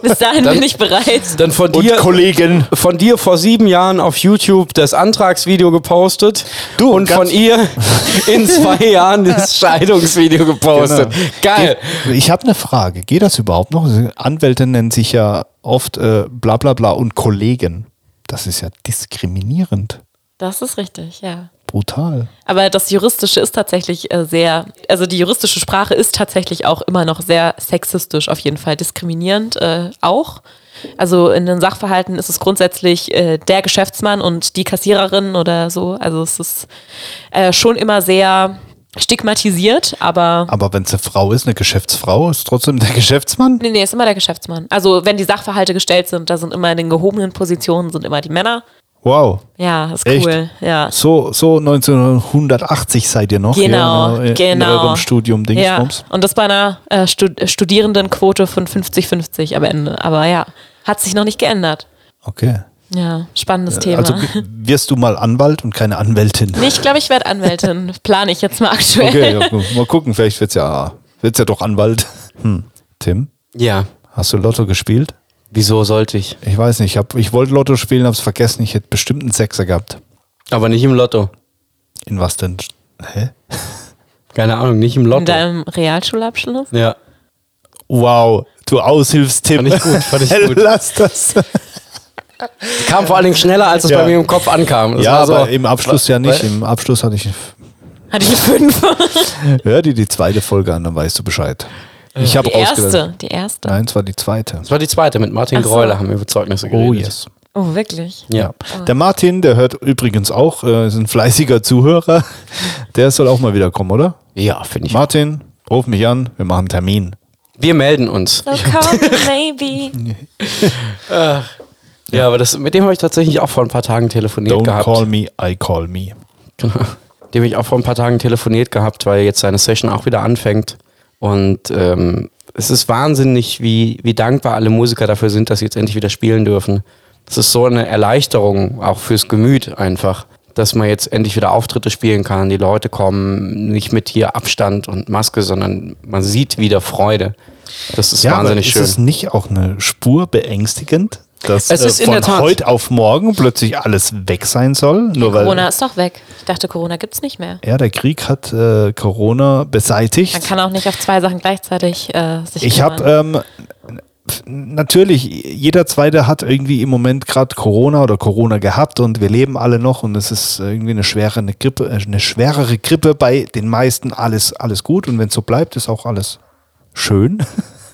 Speaker 3: bis dahin bin ich bereit.
Speaker 2: Dann von
Speaker 1: und
Speaker 2: dir,
Speaker 1: Kollegen.
Speaker 2: von dir vor sieben Jahren auf YouTube das Antragsvideo gepostet
Speaker 1: Du,
Speaker 2: und
Speaker 1: ganz-
Speaker 2: von ihr in zwei Jahren das Scheidungsvideo gepostet.
Speaker 1: Genau.
Speaker 2: Geil.
Speaker 1: Ich habe eine Frage. Geht das überhaupt noch? Anwälte nennen sich ja oft äh, bla bla bla und Kollegen. Das ist ja diskriminierend.
Speaker 3: Das ist richtig, ja.
Speaker 1: Brutal.
Speaker 3: Aber das Juristische ist tatsächlich äh, sehr, also die juristische Sprache ist tatsächlich auch immer noch sehr sexistisch, auf jeden Fall diskriminierend äh, auch. Also in den Sachverhalten ist es grundsätzlich äh, der Geschäftsmann und die Kassiererin oder so. Also es ist äh, schon immer sehr stigmatisiert, aber
Speaker 1: Aber wenn es eine Frau ist, eine Geschäftsfrau, ist trotzdem der Geschäftsmann?
Speaker 3: nee, nee, ist immer der Geschäftsmann. Also wenn die Sachverhalte gestellt sind, da sind immer in den gehobenen Positionen sind immer die Männer.
Speaker 1: Wow.
Speaker 3: Ja, ist
Speaker 1: Echt?
Speaker 3: cool. Ja.
Speaker 1: So, so 1980 seid ihr noch.
Speaker 3: Genau,
Speaker 1: ja, in
Speaker 3: genau.
Speaker 1: eurem Studium
Speaker 3: Ja,
Speaker 1: Dingsbums.
Speaker 3: und das bei einer äh, Stud Studierendenquote von 50-50 am Ende. Aber ja, hat sich noch nicht geändert.
Speaker 1: Okay.
Speaker 3: Ja, spannendes Thema.
Speaker 1: Also b- wirst du mal Anwalt und keine Anwältin.
Speaker 3: nee, ich glaube, ich werde Anwältin. Plane ich jetzt mal aktuell.
Speaker 1: Okay, ja, gut. mal gucken, vielleicht wird's ja, wird's ja doch Anwalt. Hm. Tim,
Speaker 2: Ja.
Speaker 1: hast du Lotto gespielt?
Speaker 2: Wieso sollte ich?
Speaker 1: Ich weiß nicht, ich, hab- ich wollte Lotto spielen, hab's vergessen, ich hätte bestimmt einen Sechser gehabt.
Speaker 2: Aber nicht im Lotto.
Speaker 1: In was denn? Hä?
Speaker 2: Keine Ahnung, nicht im
Speaker 3: In
Speaker 2: Lotto.
Speaker 3: deinem Realschulabschluss?
Speaker 2: Ja.
Speaker 1: Wow, du Aushilfstipp.
Speaker 2: Fand ich gut, fand ich gut.
Speaker 1: Lass das.
Speaker 2: Kam vor allen Dingen schneller, als es
Speaker 1: Ja.
Speaker 2: bei mir im Kopf ankam. Das
Speaker 1: ja,
Speaker 2: war so,
Speaker 1: aber im Abschluss ja nicht. Im Abschluss hatte ich.
Speaker 3: Hatte ich eine 5?
Speaker 1: Hör dir die zweite Folge an, dann weißt du Bescheid. Ich habe
Speaker 3: Die erste. Die erste.
Speaker 1: Nein, es war die zweite.
Speaker 2: das war die zweite mit Martin
Speaker 3: so.
Speaker 2: Greuler, haben wir über Zeugnisse geredet.
Speaker 1: Oh yes.
Speaker 3: Oh, wirklich?
Speaker 2: Ja.
Speaker 1: Der Martin, der hört übrigens auch, äh, ist ein fleißiger Zuhörer. Der soll auch mal wieder kommen, oder?
Speaker 2: Ja, finde ich.
Speaker 1: Martin, ruf mich an, wir machen einen Termin.
Speaker 2: Wir melden uns.
Speaker 3: So call me maybe.
Speaker 2: Ja, aber das, mit dem habe ich tatsächlich auch vor ein paar Tagen telefoniert
Speaker 1: Don't
Speaker 2: gehabt.
Speaker 1: call me, I call me.
Speaker 2: Genau. Dem ich auch vor ein paar Tagen telefoniert gehabt, weil jetzt seine Session auch wieder anfängt. Und ähm, es ist wahnsinnig, wie, wie dankbar alle Musiker dafür sind, dass sie jetzt endlich wieder spielen dürfen. Das ist so eine Erleichterung, auch fürs Gemüt einfach, dass man jetzt endlich wieder Auftritte spielen kann. Die Leute kommen nicht mit hier Abstand und Maske, sondern man sieht wieder Freude. Das ist
Speaker 1: aber
Speaker 2: wahnsinnig
Speaker 1: ist
Speaker 2: schön.
Speaker 1: es nicht auch eine Spur beängstigend? dass
Speaker 2: Es ist
Speaker 1: äh,
Speaker 2: in
Speaker 1: von
Speaker 2: der Tat-
Speaker 1: heute auf morgen plötzlich alles weg sein soll. Nur weil
Speaker 3: Corona ist doch weg. Ich dachte, Corona gibt's nicht mehr.
Speaker 1: ja, der Krieg hat äh, Corona beseitigt.
Speaker 3: Man kann auch nicht auf zwei Sachen gleichzeitig äh, sich
Speaker 1: Ich habe
Speaker 3: kümmern.
Speaker 1: ähm, f- natürlich, jeder Zweite hat irgendwie im Moment gerade Corona oder Corona gehabt und wir leben alle noch und es ist irgendwie eine schwere eine Grippe, äh, eine schwerere Grippe bei den meisten alles, alles gut und wenn es so bleibt, ist auch alles schön.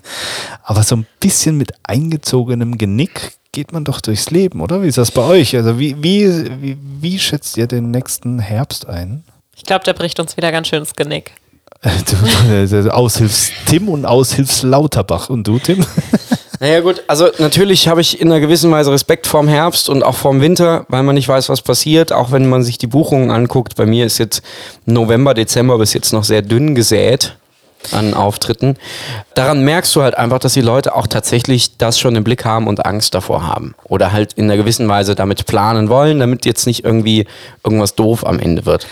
Speaker 1: Aber so ein bisschen mit eingezogenem Genick geht man doch durchs Leben, oder? Wie ist das bei euch? Also wie, wie, wie, wie schätzt ihr den nächsten Herbst ein?
Speaker 3: ich glaube, der bricht uns wieder ganz schön ins Genick.
Speaker 1: Aushilfs-Tim und Aushilfs-Lauterbach. Und du, Tim?
Speaker 2: Naja gut, also natürlich habe ich in einer gewissen Weise Respekt vorm Herbst und auch vorm Winter, weil man nicht weiß, was passiert, auch wenn man sich die Buchungen anguckt. Bei mir ist jetzt November, Dezember bis jetzt noch sehr dünn gesät an Auftritten. Daran merkst du halt einfach, dass die Leute auch tatsächlich das schon im Blick haben und Angst davor haben. Oder halt in einer gewissen Weise damit planen wollen, damit jetzt nicht irgendwie irgendwas doof am Ende wird.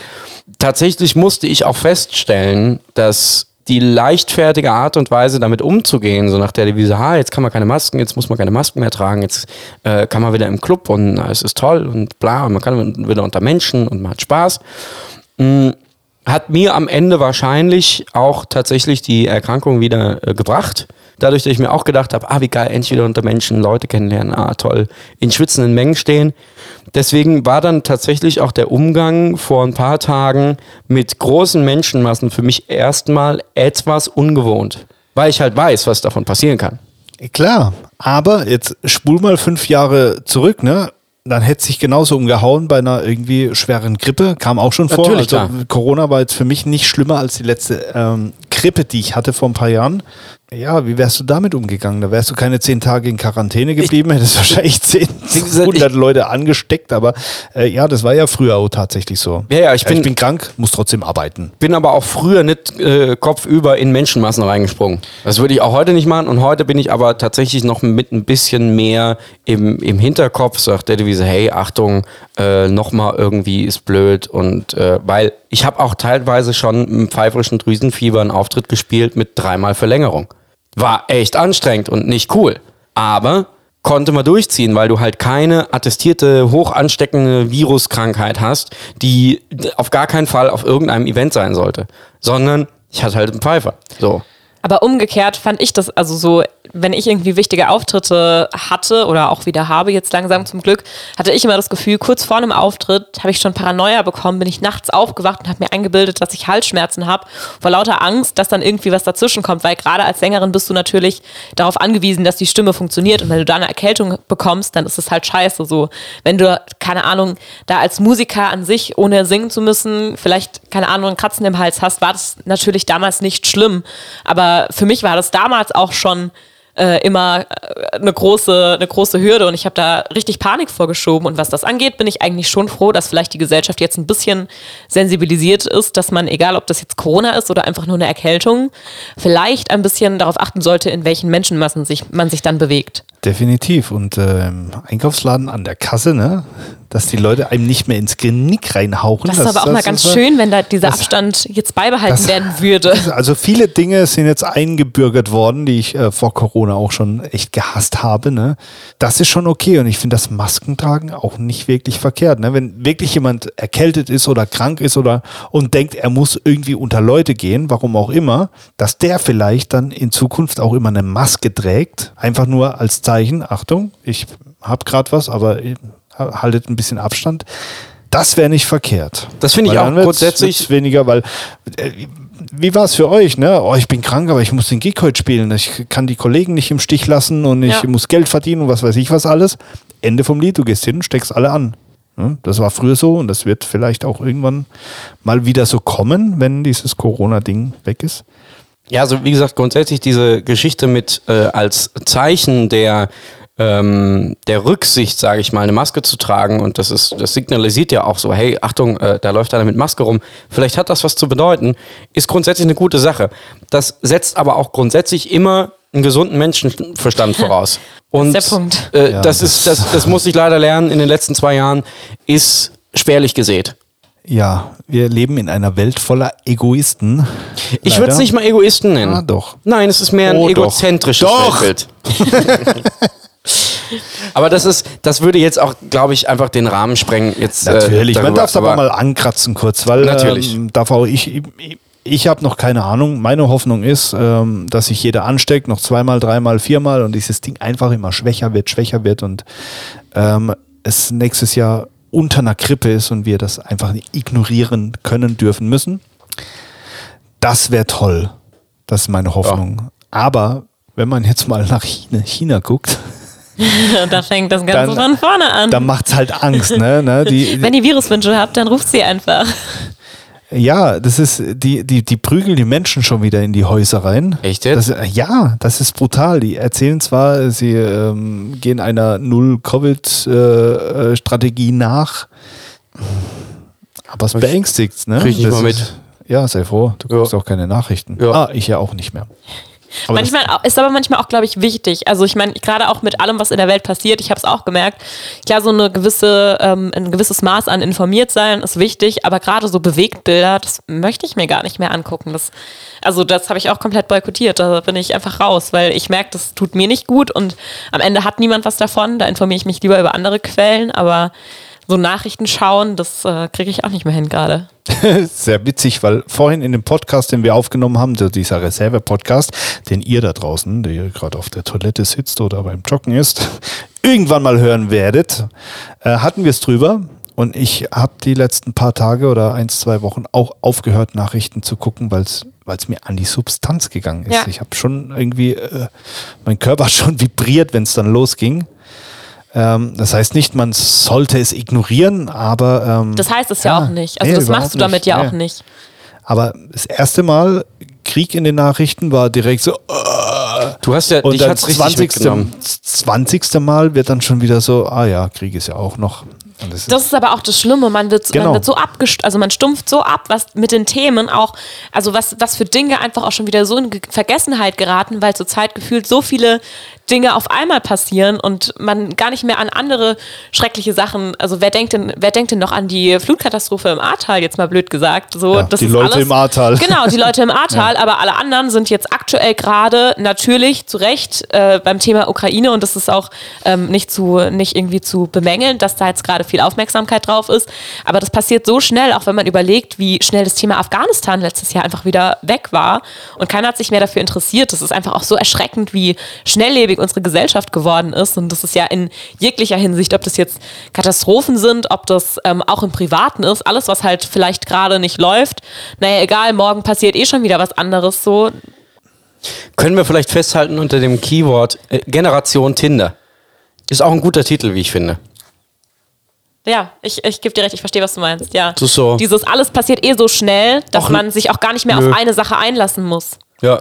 Speaker 2: Tatsächlich musste ich auch feststellen, dass die leichtfertige Art und Weise, damit umzugehen, so nach der Devise, ha, jetzt kann man keine Masken, jetzt muss man keine Masken mehr tragen, jetzt äh, kann man wieder im Club und na, es ist toll und bla, und man kann wieder unter Menschen und man hat Spaß, Mm, hat mir am Ende wahrscheinlich auch tatsächlich die Erkrankung wieder äh, gebracht. Dadurch, dass ich mir auch gedacht habe, ah, wie geil, endlich wieder unter Menschen Leute kennenlernen, ah, toll, in schwitzenden Mengen stehen. Deswegen war dann tatsächlich auch der Umgang vor ein paar Tagen mit großen Menschenmassen für mich erstmal etwas ungewohnt, weil ich halt weiß, was davon passieren kann.
Speaker 1: Klar, aber jetzt spul mal fünf Jahre zurück, ne? Dann hätte sich genauso umgehauen bei einer irgendwie schweren Grippe, kam auch schon vor.
Speaker 2: Natürlich,
Speaker 1: also
Speaker 2: klar.
Speaker 1: Corona war jetzt für mich nicht schlimmer als die letzte ähm, Grippe, die ich hatte vor ein paar Jahren. Ja, wie wärst du damit umgegangen? Da wärst du keine zehn Tage in Quarantäne geblieben, hättest wahrscheinlich zehn,
Speaker 2: gesagt,
Speaker 1: 100 Leute angesteckt, aber äh, ja, das war ja früher auch tatsächlich so. Äh,
Speaker 2: Ja, ja, ich bin-
Speaker 1: ich bin krank, muss trotzdem arbeiten.
Speaker 2: Bin aber auch früher nicht äh, kopfüber in Menschenmassen reingesprungen. Das würde ich auch heute nicht machen. Und heute bin ich aber tatsächlich noch mit ein bisschen mehr im, im Hinterkopf, sagt der Devise, hey, Achtung, äh, nochmal irgendwie ist blöd. Und äh, weil ich habe auch teilweise schon im pfeifrischen Drüsenfieber einen Auftritt gespielt mit dreimal Verlängerung. War echt anstrengend und nicht cool. Aber konnte man durchziehen, weil du halt keine attestierte, hoch ansteckende Viruskrankheit hast, die auf gar keinen Fall auf irgendeinem Event sein sollte. Sondern ich hatte halt einen Pfeifer. So.
Speaker 3: Aber umgekehrt fand ich das, also so, wenn ich irgendwie wichtige Auftritte hatte oder auch wieder habe, jetzt langsam zum Glück, hatte ich immer das Gefühl, kurz vor einem Auftritt habe ich schon Paranoia bekommen, bin ich nachts aufgewacht und habe mir eingebildet, dass ich Halsschmerzen habe, vor lauter Angst, dass dann irgendwie was dazwischen kommt, weil gerade als Sängerin bist du natürlich darauf angewiesen, dass die Stimme funktioniert und wenn du da eine Erkältung bekommst, dann ist es halt scheiße so. Wenn du, keine Ahnung, da als Musiker an sich, ohne singen zu müssen, vielleicht, keine Ahnung, einen Kratzen im Hals hast, war das natürlich damals nicht schlimm. Aber für mich war das damals auch schon äh, immer äh, eine große, eine große Hürde und ich habe da richtig Panik vorgeschoben. Und was das angeht, bin ich eigentlich schon froh, dass vielleicht die Gesellschaft jetzt ein bisschen sensibilisiert ist, dass man, egal ob das jetzt Corona ist oder einfach nur eine Erkältung, vielleicht ein bisschen darauf achten sollte, in welchen Menschenmassen sich, man sich dann bewegt.
Speaker 1: Definitiv. Und äh, im Einkaufsladen an der Kasse, ne? Dass die Leute einem nicht mehr ins Genick reinhauchen.
Speaker 3: Das, ist aber auch mal ganz
Speaker 1: ist, äh,
Speaker 3: schön, wenn da dieser
Speaker 1: das-
Speaker 3: Abstand jetzt beibehalten
Speaker 1: das-
Speaker 3: werden würde.
Speaker 1: Also viele Dinge sind jetzt eingebürgert worden, die ich äh, vor Corona auch schon echt gehasst habe. Ne? Das ist schon okay und ich finde das Maskentragen auch nicht wirklich verkehrt. Ne? Wenn wirklich jemand erkältet ist oder krank ist oder und denkt, er muss irgendwie unter Leute gehen, warum auch immer, dass der vielleicht dann in Zukunft auch immer eine Maske trägt, einfach nur als Zeichen, Achtung, ich habe gerade was, aber äh, haltet ein bisschen Abstand. Das wäre nicht verkehrt.
Speaker 2: Das finde ich
Speaker 1: Weil
Speaker 2: auch
Speaker 1: dann wird's-
Speaker 2: grundsätzlich-
Speaker 1: wird's weniger, weil äh, wie war es für euch? Ne? Oh, ich bin krank, aber ich muss den Gig heute spielen. Ich kann die Kollegen nicht im Stich lassen und ich
Speaker 3: Ja.
Speaker 1: muss Geld verdienen und was weiß ich was alles. Ende vom Lied, du gehst hin, steckst alle an. Ne? Das war früher so und das wird vielleicht auch irgendwann mal wieder so kommen, wenn dieses Corona-Ding weg ist.
Speaker 2: Ja, also wie gesagt, grundsätzlich diese Geschichte mit äh, als Zeichen der, ähm, der Rücksicht, sage ich mal, eine Maske zu tragen und das ist, das signalisiert ja auch so, hey, Achtung, äh, da läuft einer mit Maske rum, vielleicht hat das was zu bedeuten, ist grundsätzlich eine gute Sache. Das setzt aber auch grundsätzlich immer einen gesunden Menschenverstand voraus. Und
Speaker 3: der Punkt.
Speaker 2: Äh,
Speaker 1: Ja,
Speaker 2: das,
Speaker 1: das-
Speaker 2: ist, das, das muss ich leider lernen in den letzten zwei Jahren, ist spärlich gesät.
Speaker 1: Ja, wir leben in einer Welt voller Egoisten.
Speaker 2: Ich würde
Speaker 1: Leider.
Speaker 2: es nicht mal Egoisten nennen.
Speaker 1: Ah, doch.
Speaker 2: Nein, es ist mehr ein
Speaker 1: Oh, doch.
Speaker 2: egozentrisches
Speaker 1: Doch!
Speaker 2: Weltbild. Aber das ist, das würde jetzt auch, glaube ich, einfach den Rahmen sprengen. Jetzt, äh,
Speaker 1: Natürlich, man
Speaker 2: darüber,
Speaker 1: darf es aber mal ankratzen kurz, weil
Speaker 2: Natürlich.
Speaker 1: Ähm, darf auch ich, ich, ich habe noch keine Ahnung. Meine Hoffnung ist, ähm, dass sich jeder ansteckt, noch zweimal, dreimal, viermal und dieses Ding einfach immer schwächer wird, schwächer wird und ähm, es nächstes Jahr unter einer Krippe ist und wir das einfach ignorieren können, dürfen, müssen. Das wäre toll. Das ist meine Hoffnung. Aber wenn man jetzt mal nach China, China guckt,
Speaker 3: Da fängt das Ganze
Speaker 1: Dann-
Speaker 3: von vorne an.
Speaker 1: dann macht's halt Angst. Ne? Ne? Die,
Speaker 3: Wenn ihr Viruswünsche habt, dann ruft sie einfach.
Speaker 1: Ja, das ist, die, die, die prügeln die Menschen schon wieder in die Häuser rein.
Speaker 2: Echt jetzt?
Speaker 1: Das, äh, ja, das ist brutal. Die erzählen zwar, sie ähm, gehen einer Null-Covid-Strategie nach, aber es beängstigt, ne?
Speaker 2: krieg ich nicht
Speaker 1: Das
Speaker 2: mal
Speaker 1: ist-
Speaker 2: mit.
Speaker 1: Ja, sei froh, du
Speaker 2: Ja.
Speaker 1: guckst auch keine Nachrichten.
Speaker 2: Ja.
Speaker 1: Ah, ich ja auch nicht mehr. Aber das-
Speaker 3: manchmal au- ist aber manchmal auch, glaube ich, wichtig. Also ich meine, gerade auch mit allem, was in der Welt passiert, ich habe es auch gemerkt, klar, so eine gewisse, ähm, ein gewisses Maß an informiert sein ist wichtig, aber gerade so Bewegtbilder, das möchte ich mir gar nicht mehr angucken. Das, also das habe ich auch komplett boykottiert. Da bin ich einfach raus, weil ich merke, das tut mir nicht gut und am Ende hat niemand was davon. Da informiere ich mich lieber über andere Quellen, aber so Nachrichten schauen, das äh, kriege ich auch nicht mehr hin gerade.
Speaker 1: sehr witzig, weil vorhin in dem Podcast, den wir aufgenommen haben, der- dieser Reserve-Podcast, den ihr da draußen, der ihr gerade auf der Toilette sitzt oder beim Joggen ist, irgendwann mal hören werdet, äh, hatten wir es drüber. Und ich habe die letzten paar Tage oder ein, zwei Wochen auch aufgehört, Nachrichten zu gucken, weil es mir an die Substanz gegangen ist.
Speaker 3: Ja.
Speaker 1: Ich habe schon irgendwie, äh, mein Körper hat schon vibriert, wenn es dann losging. Ähm, das heißt nicht, man sollte es ignorieren, aber... Ähm,
Speaker 3: Das heißt es ja,
Speaker 1: Ja,
Speaker 3: auch nicht. Also
Speaker 1: nee,
Speaker 3: das
Speaker 1: überhaupt
Speaker 3: machst du damit
Speaker 1: nicht.
Speaker 3: ja
Speaker 1: Nee.
Speaker 3: auch nicht.
Speaker 1: aber das erste Mal Krieg in den Nachrichten war direkt so. äh,
Speaker 2: Du hast ja,
Speaker 1: Und
Speaker 2: Äh, dich
Speaker 1: dann
Speaker 2: hat's richtig
Speaker 1: 20.
Speaker 2: mitgenommen.
Speaker 1: 20. Mal wird dann schon wieder so, ah ja, Krieg ist ja auch noch. Und das ist,
Speaker 3: Das ist aber auch das Schlimme. Man wird,
Speaker 1: Genau.
Speaker 3: man wird so abgestumpft, also man stumpft so ab, was mit den Themen auch, also was, was für Dinge einfach auch schon wieder so in Ge- Vergessenheit geraten, weil zurzeit gefühlt so viele Dinge auf einmal passieren und man gar nicht mehr an andere schreckliche Sachen, also wer denkt denn, wer denkt denn noch an die Flutkatastrophe im Ahrtal, jetzt mal blöd gesagt. So,
Speaker 1: Ja, die Leute im Ahrtal.
Speaker 3: Genau, die Leute im Ahrtal, aber alle anderen sind jetzt aktuell gerade natürlich zu Recht äh, beim Thema Ukraine und das ist auch ähm, nicht, zu, nicht irgendwie zu bemängeln, dass da jetzt gerade viel Aufmerksamkeit drauf ist. Aber das passiert so schnell, auch wenn man überlegt, wie schnell das Thema Afghanistan letztes Jahr einfach wieder weg war und keiner hat sich mehr dafür interessiert. Das ist einfach auch so erschreckend, wie schnelllebig unsere Gesellschaft geworden ist und das ist ja in jeglicher Hinsicht, ob das jetzt Katastrophen sind, ob das ähm, auch im Privaten ist, alles, was halt vielleicht gerade nicht läuft. Naja, egal, morgen passiert eh schon wieder was anderes so.
Speaker 2: Können wir vielleicht festhalten unter dem Keyword äh, Generation Tinder? Ist auch ein guter Titel, wie ich finde.
Speaker 3: Ja, ich, ich gebe dir recht, ich verstehe, was du meinst. Ja.
Speaker 2: Das ist so.
Speaker 3: Dieses alles passiert eh so schnell, dass
Speaker 2: Och,
Speaker 3: man sich auch gar nicht mehr
Speaker 2: nö.
Speaker 3: auf eine Sache einlassen muss.
Speaker 2: Ja.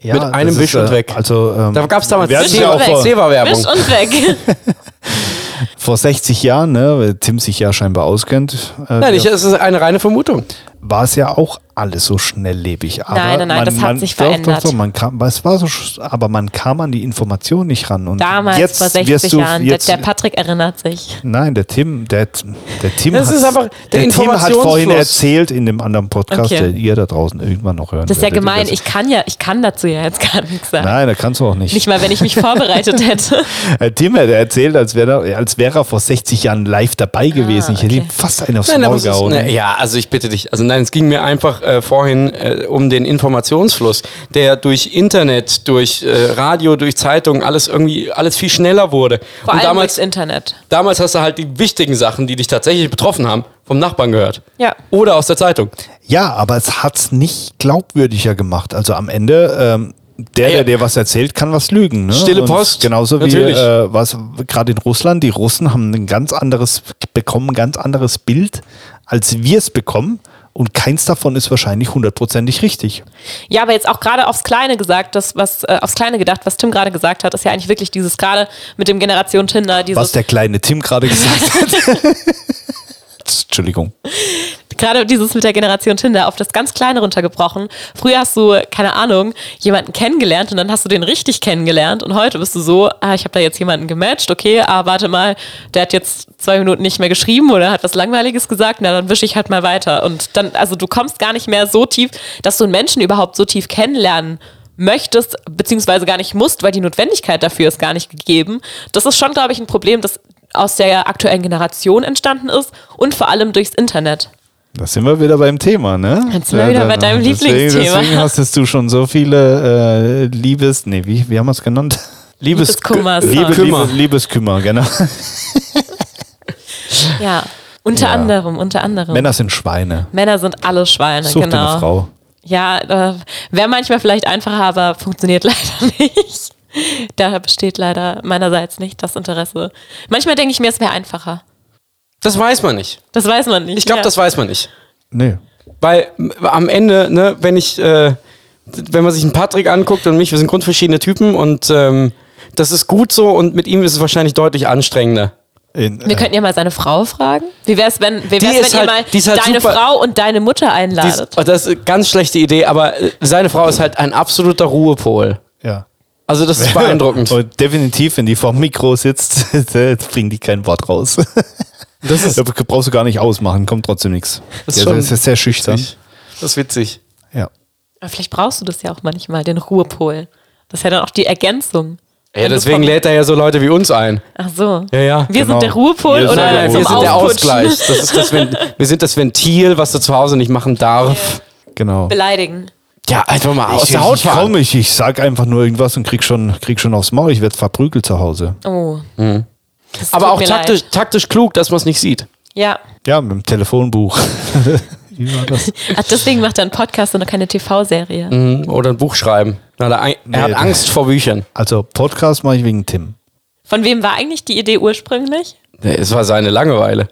Speaker 1: ja,
Speaker 2: mit einem
Speaker 1: das
Speaker 2: Wisch und weg.
Speaker 1: Also, ähm,
Speaker 2: Da gab es damals
Speaker 1: wir hatten ja auch vor,
Speaker 2: Zewa-Werbung.
Speaker 3: Wisch und weg.
Speaker 1: vor 60 Jahren, ne, weil Tim sich ja scheinbar auskennt, äh,
Speaker 2: Nein, ich, es ist eine reine Vermutung.
Speaker 1: war es ja auch alles so schnelllebig. Aber
Speaker 3: Nein, nein, nein,
Speaker 1: man,
Speaker 3: das hat
Speaker 1: man,
Speaker 3: sich
Speaker 1: doch,
Speaker 3: verändert.
Speaker 1: Doch, doch, man kam, es war so, sch- aber man kam an die Information nicht ran. Und
Speaker 3: Damals
Speaker 1: jetzt
Speaker 3: vor
Speaker 1: wirst
Speaker 3: 60
Speaker 1: du,
Speaker 3: Jahren.
Speaker 1: Jetzt,
Speaker 3: der, der Patrick erinnert sich.
Speaker 1: Nein, der Tim, der, der Tim
Speaker 2: Das
Speaker 1: hat,
Speaker 2: ist einfach der
Speaker 1: der Tim hat vorhin
Speaker 2: Informationsfluss.
Speaker 1: erzählt in dem anderen Podcast,
Speaker 3: Okay.
Speaker 1: den ihr da draußen irgendwann noch hören
Speaker 3: Das ist ja
Speaker 1: werdet.
Speaker 3: gemein.
Speaker 1: Das-
Speaker 3: Ich kann ja, ich kann dazu ja jetzt gar nichts sagen.
Speaker 1: Nein, da kannst du auch nicht.
Speaker 3: Nicht mal, wenn ich mich vorbereitet hätte.
Speaker 1: Äh, Tim hat erzählt, als wäre er, als wäre er vor 60 Jahren live dabei gewesen. Ich hätte ihm fast einen aufs
Speaker 2: Nein, aber
Speaker 1: Maul
Speaker 2: es ist,
Speaker 1: gehauen.
Speaker 2: ne, ja, also ich bitte dich. Also nein, es ging mir einfach äh, vorhin äh, um den Informationsfluss, der durch Internet, durch äh, Radio, durch Zeitung alles irgendwie alles viel schneller wurde.
Speaker 3: Vor
Speaker 2: Und
Speaker 3: allem
Speaker 2: damals,
Speaker 3: durchs Internet.
Speaker 2: damals hast du halt die wichtigen Sachen, die dich tatsächlich betroffen haben, vom Nachbarn gehört.
Speaker 3: Ja.
Speaker 2: Oder aus der Zeitung.
Speaker 1: Ja, aber es hat's nicht glaubwürdiger gemacht. Also am Ende, ähm, der,
Speaker 2: Ja.
Speaker 1: der dir was erzählt, kann was lügen. Ne?
Speaker 2: Stille
Speaker 1: Und
Speaker 2: Post.
Speaker 1: Genauso wie
Speaker 2: Natürlich.
Speaker 1: äh, was gerade in Russland, die Russen haben ein ganz anderes, bekommen ein ganz anderes Bild, als wir es bekommen. Und keins davon ist wahrscheinlich hundertprozentig richtig.
Speaker 3: Ja, aber jetzt auch gerade aufs Kleine gesagt, das, was, äh, aufs Kleine gedacht, was Tim gerade gesagt hat, ist ja eigentlich wirklich dieses gerade mit dem Generation Tinder,
Speaker 1: Was
Speaker 3: dieses,
Speaker 1: der kleine Tim gerade gesagt hat. Entschuldigung.
Speaker 3: gerade dieses mit der Generation Tinder auf das ganz Kleine runtergebrochen. Früher hast du, keine Ahnung, jemanden kennengelernt und dann hast du den richtig kennengelernt und heute bist du so, ah, ich habe da jetzt jemanden gematcht, okay, ah, warte mal, der hat jetzt zwei Minuten nicht mehr geschrieben oder hat was Langweiliges gesagt, na, dann wische ich halt mal weiter. Und dann, also du kommst gar nicht mehr so tief, dass du einen Menschen überhaupt so tief kennenlernen möchtest, beziehungsweise gar nicht musst, weil die Notwendigkeit dafür ist gar nicht gegeben. Das ist schon, glaube ich, ein Problem, das aus der aktuellen Generation entstanden ist und vor allem durchs Internet.
Speaker 1: Da sind wir wieder beim Thema, ne?
Speaker 3: Jetzt sind wir wieder bei deinem
Speaker 1: deswegen,
Speaker 3: Lieblingsthema.
Speaker 1: Deswegen hast du schon so viele äh, Liebes... Nee, wie, wie haben wir es genannt? Liebes-
Speaker 3: Liebeskummer, so.
Speaker 1: Liebe,
Speaker 2: Kümmer.
Speaker 1: Liebe, Liebeskümmer, genau.
Speaker 3: Ja, unter
Speaker 1: Ja.
Speaker 3: anderem, unter anderem.
Speaker 1: Männer sind Schweine.
Speaker 3: Männer sind alle Schweine,
Speaker 1: Such dir
Speaker 3: genau.
Speaker 1: eine Frau.
Speaker 3: Ja, äh, wäre manchmal vielleicht einfacher, aber funktioniert leider nicht. Da besteht leider meinerseits nicht das Interesse. Manchmal denke ich mir, es wäre einfacher.
Speaker 2: Das weiß man nicht.
Speaker 3: Das weiß man nicht.
Speaker 2: Ich glaube,
Speaker 3: ja.
Speaker 2: das weiß man nicht.
Speaker 1: Nee.
Speaker 2: Weil m- am Ende, ne, wenn ich, äh, wenn man sich einen Patrick anguckt und mich, wir sind grundverschiedene Typen und ähm, das ist gut so und mit ihm ist es wahrscheinlich deutlich anstrengender.
Speaker 1: In,
Speaker 3: Wir
Speaker 1: äh,
Speaker 3: könnten ja mal seine Frau fragen. Wie wäre es, wenn, wie
Speaker 2: Die
Speaker 3: wär's,
Speaker 2: ist
Speaker 3: wenn
Speaker 2: halt-
Speaker 3: ihr mal
Speaker 2: die ist halt
Speaker 3: deine
Speaker 2: super-
Speaker 3: Frau und deine Mutter
Speaker 2: Dies,
Speaker 3: einladet?
Speaker 2: oh, das ist eine ganz schlechte Idee, aber äh, seine Frau ist halt ein absoluter Ruhepol.
Speaker 1: ja.
Speaker 2: Also das ist beeindruckend.
Speaker 1: Und definitiv, wenn die vorm Mikro sitzt, bringen die kein Wort raus.
Speaker 2: Das ist,
Speaker 1: Da brauchst du gar nicht ausmachen, kommt trotzdem nichts.
Speaker 2: Das
Speaker 1: Der
Speaker 2: ist schon
Speaker 1: ist ja sehr schüchtern.
Speaker 2: witzig. das ist witzig.
Speaker 1: Ja.
Speaker 3: Aber Vielleicht brauchst du das ja auch manchmal, den Ruhepol. Das ist ja dann auch die Ergänzung.
Speaker 2: Ja, deswegen lädt er ja so Leute wie uns ein.
Speaker 3: Ach so.
Speaker 2: Ja, ja,
Speaker 3: Wir
Speaker 1: genau.
Speaker 3: sind der Ruhepol
Speaker 1: Wir sind der
Speaker 3: oder
Speaker 2: Nein,
Speaker 1: Ruhepol.
Speaker 2: wir
Speaker 3: zum
Speaker 2: sind der
Speaker 3: Aufputschen?
Speaker 2: Ausgleich. Das ist das Ven- wir sind das Ventil, was du zu Hause nicht machen darf.
Speaker 1: Genau.
Speaker 3: Beleidigen.
Speaker 2: Ja, einfach mal aus
Speaker 1: Ich,
Speaker 2: der Haut
Speaker 1: ich trau
Speaker 2: fahren.
Speaker 1: mich, ich sag einfach nur irgendwas und krieg schon, krieg schon aufs Maul, ich werd verprügelt zu Hause.
Speaker 3: Oh. Das
Speaker 2: Aber
Speaker 3: tut
Speaker 2: auch
Speaker 3: mir leid.
Speaker 2: taktisch, taktisch klug, dass man es nicht sieht.
Speaker 3: Ja.
Speaker 1: Ja, mit dem Telefonbuch. Wie war das?
Speaker 3: Ach, deswegen macht er einen Podcast und keine TV-Serie.
Speaker 2: Oder ein Buch schreiben. Na, der ein- er hat
Speaker 1: Nee.
Speaker 2: Angst vor Büchern.
Speaker 1: Also Podcast mache ich wegen Tim.
Speaker 3: Von wem war eigentlich die Idee ursprünglich?
Speaker 2: Es war seine Langeweile.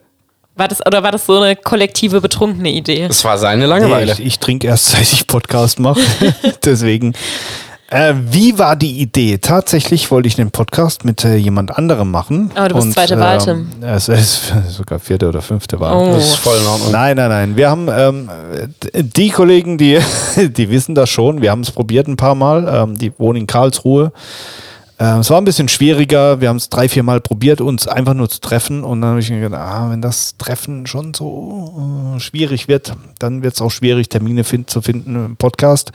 Speaker 3: War das, oder war das so eine kollektive, betrunkene Idee?
Speaker 2: Es war seine
Speaker 1: Nee,
Speaker 2: Langeweile.
Speaker 1: ich ich trinke erst, seit ich Podcast mache. Deswegen. Äh, wie war die Idee? Tatsächlich wollte ich einen Podcast mit äh, jemand anderem machen.
Speaker 3: Aber du bist zweite Wahl, Tim.
Speaker 1: ähm, Es ist sogar vierte oder fünfte Wahl.
Speaker 3: Oh.
Speaker 2: das ist voll in Ordnung.
Speaker 1: Nein, nein, nein. Wir haben ähm, die Kollegen, die, die wissen das schon. Wir haben es probiert ein paar Mal. Ähm, die wohnen in Karlsruhe. Ähm, es war ein bisschen schwieriger. Wir haben es drei, vier Mal probiert, uns einfach nur zu treffen. Und dann habe ich mir gedacht, ah, wenn das Treffen schon so äh, schwierig wird, dann wird es auch schwierig, Termine find, zu finden im Podcast.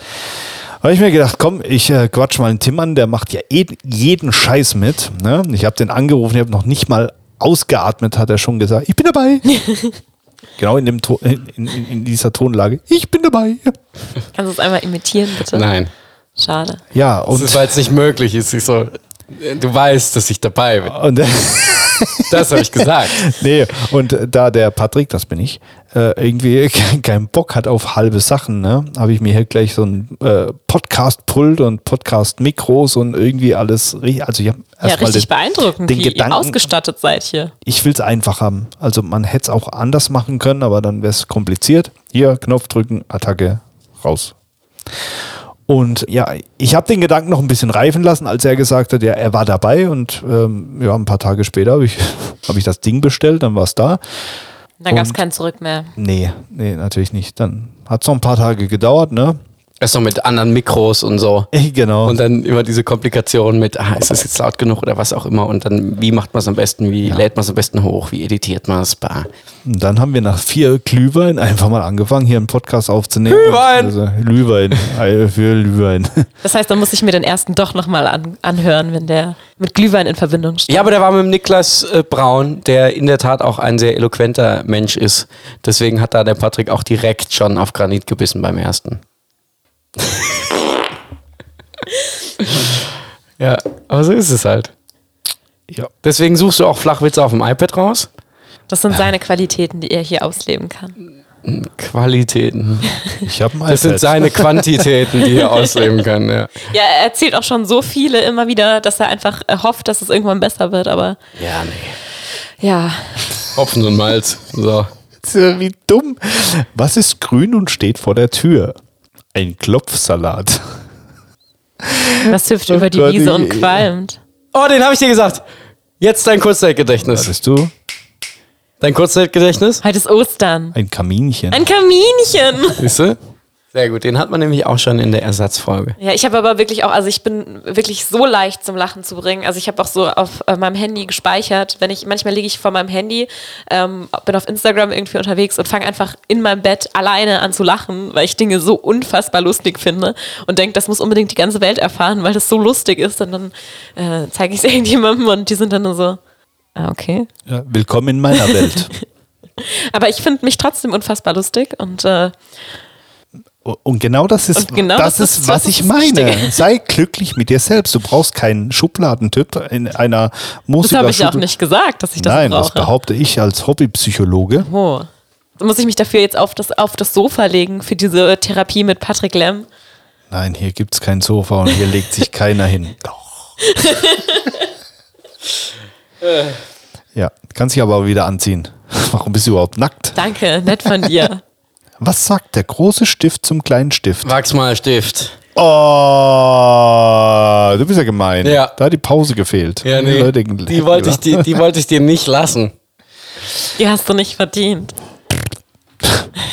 Speaker 1: Habe ich mir gedacht, komm, ich äh, quatsch mal einen Tim an, der macht ja eh, jeden Scheiß mit. Ne? Ich habe den angerufen, ich habe noch nicht mal ausgeatmet, hat er schon gesagt, ich bin dabei. genau in, dem To- in, in, in dieser Tonlage, ich bin dabei.
Speaker 3: Kannst du es einmal imitieren, bitte?
Speaker 2: Nein.
Speaker 3: Schade.
Speaker 1: Ja,
Speaker 2: Das
Speaker 1: und,
Speaker 2: ist, weil es nicht möglich ist. Ich so, du weißt, dass ich dabei bin.
Speaker 1: und
Speaker 2: Das habe ich gesagt.
Speaker 1: Nee, und äh, da der Patrick, das bin ich, äh, irgendwie ke- keinen Bock hat auf halbe Sachen, ne, habe ich mir hier gleich so ein äh, Podcast-Pult und Podcast-Mikros und irgendwie alles, ri- also ich habe
Speaker 3: Ja,
Speaker 1: erstmal
Speaker 3: richtig
Speaker 1: den,
Speaker 3: beeindruckend,
Speaker 1: den
Speaker 3: wie
Speaker 1: Gedanken,
Speaker 3: ihr ausgestattet seid hier.
Speaker 1: ich will es einfach haben. Also man hätte es auch anders machen können, aber dann wäre es kompliziert. Hier, Knopf drücken, Attacke, raus. Und ja, ich habe den Gedanken noch ein bisschen reifen lassen, als er gesagt hat, ja, er war dabei und ähm, ja, ein paar Tage später habe ich, hab ich das Ding bestellt, dann war es da.
Speaker 3: Dann gab es
Speaker 1: Und-
Speaker 3: kein Zurück mehr.
Speaker 1: Nee, nee, natürlich nicht. Dann hat es noch ein paar Tage gedauert, ne?
Speaker 2: Erst noch mit anderen Mikros und so.
Speaker 1: Genau.
Speaker 2: Und dann immer diese Komplikationen mit, ah, ist es jetzt laut genug oder was auch immer. Und dann, wie macht man es am besten? Wie lädt man es am besten hoch? Wie editiert man es? Bah.
Speaker 1: Und dann haben wir nach vier Glühwein einfach mal angefangen, hier einen Podcast aufzunehmen.
Speaker 2: Glühwein!
Speaker 1: Also, Glühwein. Ei, Für Glühwein.
Speaker 3: Das heißt, dann muss ich mir den ersten doch nochmal an, anhören, wenn der mit Glühwein in Verbindung steht.
Speaker 2: Ja, aber der war mit dem Niklas äh, Braun, der in der Tat auch ein sehr eloquenter Mensch ist. Deswegen hat da der Patrick auch direkt schon auf Granit gebissen beim ersten. ja, aber so ist es halt.
Speaker 1: ja.
Speaker 2: Deswegen suchst du auch Flachwitze auf dem iPad raus.
Speaker 3: Das sind seine Qualitäten, die er hier ausleben kann.
Speaker 2: Qualitäten.
Speaker 1: Ich habe ein
Speaker 2: Das sind
Speaker 1: iPad.
Speaker 2: seine Quantitäten, die er ausleben kann. Ja.
Speaker 3: Ja, er erzählt auch schon so viele immer wieder, dass er einfach äh, hofft, dass es irgendwann besser wird, aber
Speaker 2: Ja, nee.
Speaker 3: ja.
Speaker 2: Hopfen und Malz. So.
Speaker 1: Äh, Wie dumm. Was ist grün und steht vor der Tür? Ein Klopfsalat.
Speaker 3: Das hüpft
Speaker 1: Oh
Speaker 3: über die
Speaker 1: Gott,
Speaker 3: Wiese
Speaker 1: ich-
Speaker 3: und qualmt.
Speaker 2: Oh, den habe ich dir gesagt. Jetzt dein Kurzzeitgedächtnis.
Speaker 1: Hattest du
Speaker 2: Dein Kurzzeitgedächtnis?
Speaker 3: Heute ist Ostern.
Speaker 1: ein Kaminchen?
Speaker 3: Ein Kaminchen.
Speaker 2: Siehst du? Sehr gut, den hat man nämlich auch schon in der Ersatzfolge.
Speaker 3: Ja, ich habe aber wirklich auch, also ich bin wirklich so leicht zum Lachen zu bringen. Also ich habe auch so auf äh, meinem Handy gespeichert, wenn ich, manchmal liege ich vor meinem Handy, ähm, bin auf Instagram irgendwie unterwegs und fange einfach in meinem Bett alleine an zu lachen, weil ich Dinge so unfassbar lustig finde und denke, das muss unbedingt die ganze Welt erfahren, weil das so lustig ist. Und dann äh, zeige ich es irgendjemandem und die sind dann nur so, ah, okay.
Speaker 1: Ja, willkommen in meiner Welt.
Speaker 3: Aber ich finde mich trotzdem unfassbar lustig und äh,
Speaker 1: Und genau das ist,
Speaker 3: Und genau
Speaker 1: das
Speaker 3: das
Speaker 1: ist,
Speaker 3: ist-
Speaker 1: was
Speaker 3: das
Speaker 1: ich
Speaker 3: ist das
Speaker 1: meine.
Speaker 3: Richtige.
Speaker 1: Sei glücklich mit dir selbst. Du brauchst keinen Schubladentyp in einer
Speaker 3: das
Speaker 1: Musiker.
Speaker 3: habe ich auch nicht gesagt, dass ich das
Speaker 1: Nein, das
Speaker 3: brauche.
Speaker 1: behaupte ich als Hobbypsychologe.
Speaker 3: Oh. Muss ich mich dafür jetzt auf das, auf das Sofa legen für diese Therapie mit Patrick Lem?
Speaker 1: Nein, hier gibt es kein Sofa und hier legt sich keiner hin. ja, kannst dich aber auch wieder anziehen. Warum bist du überhaupt nackt?
Speaker 3: Danke, nett von dir.
Speaker 1: Was sagt der große Stift zum kleinen Stift?
Speaker 2: Wachsmalstift.
Speaker 1: Oh, du bist ja gemein.
Speaker 2: Ja.
Speaker 1: Da hat die Pause gefehlt.
Speaker 2: Ja, nee.
Speaker 1: Leute,
Speaker 2: Die wollte ich, die, die wollte ich dir nicht lassen.
Speaker 3: Die hast du nicht verdient.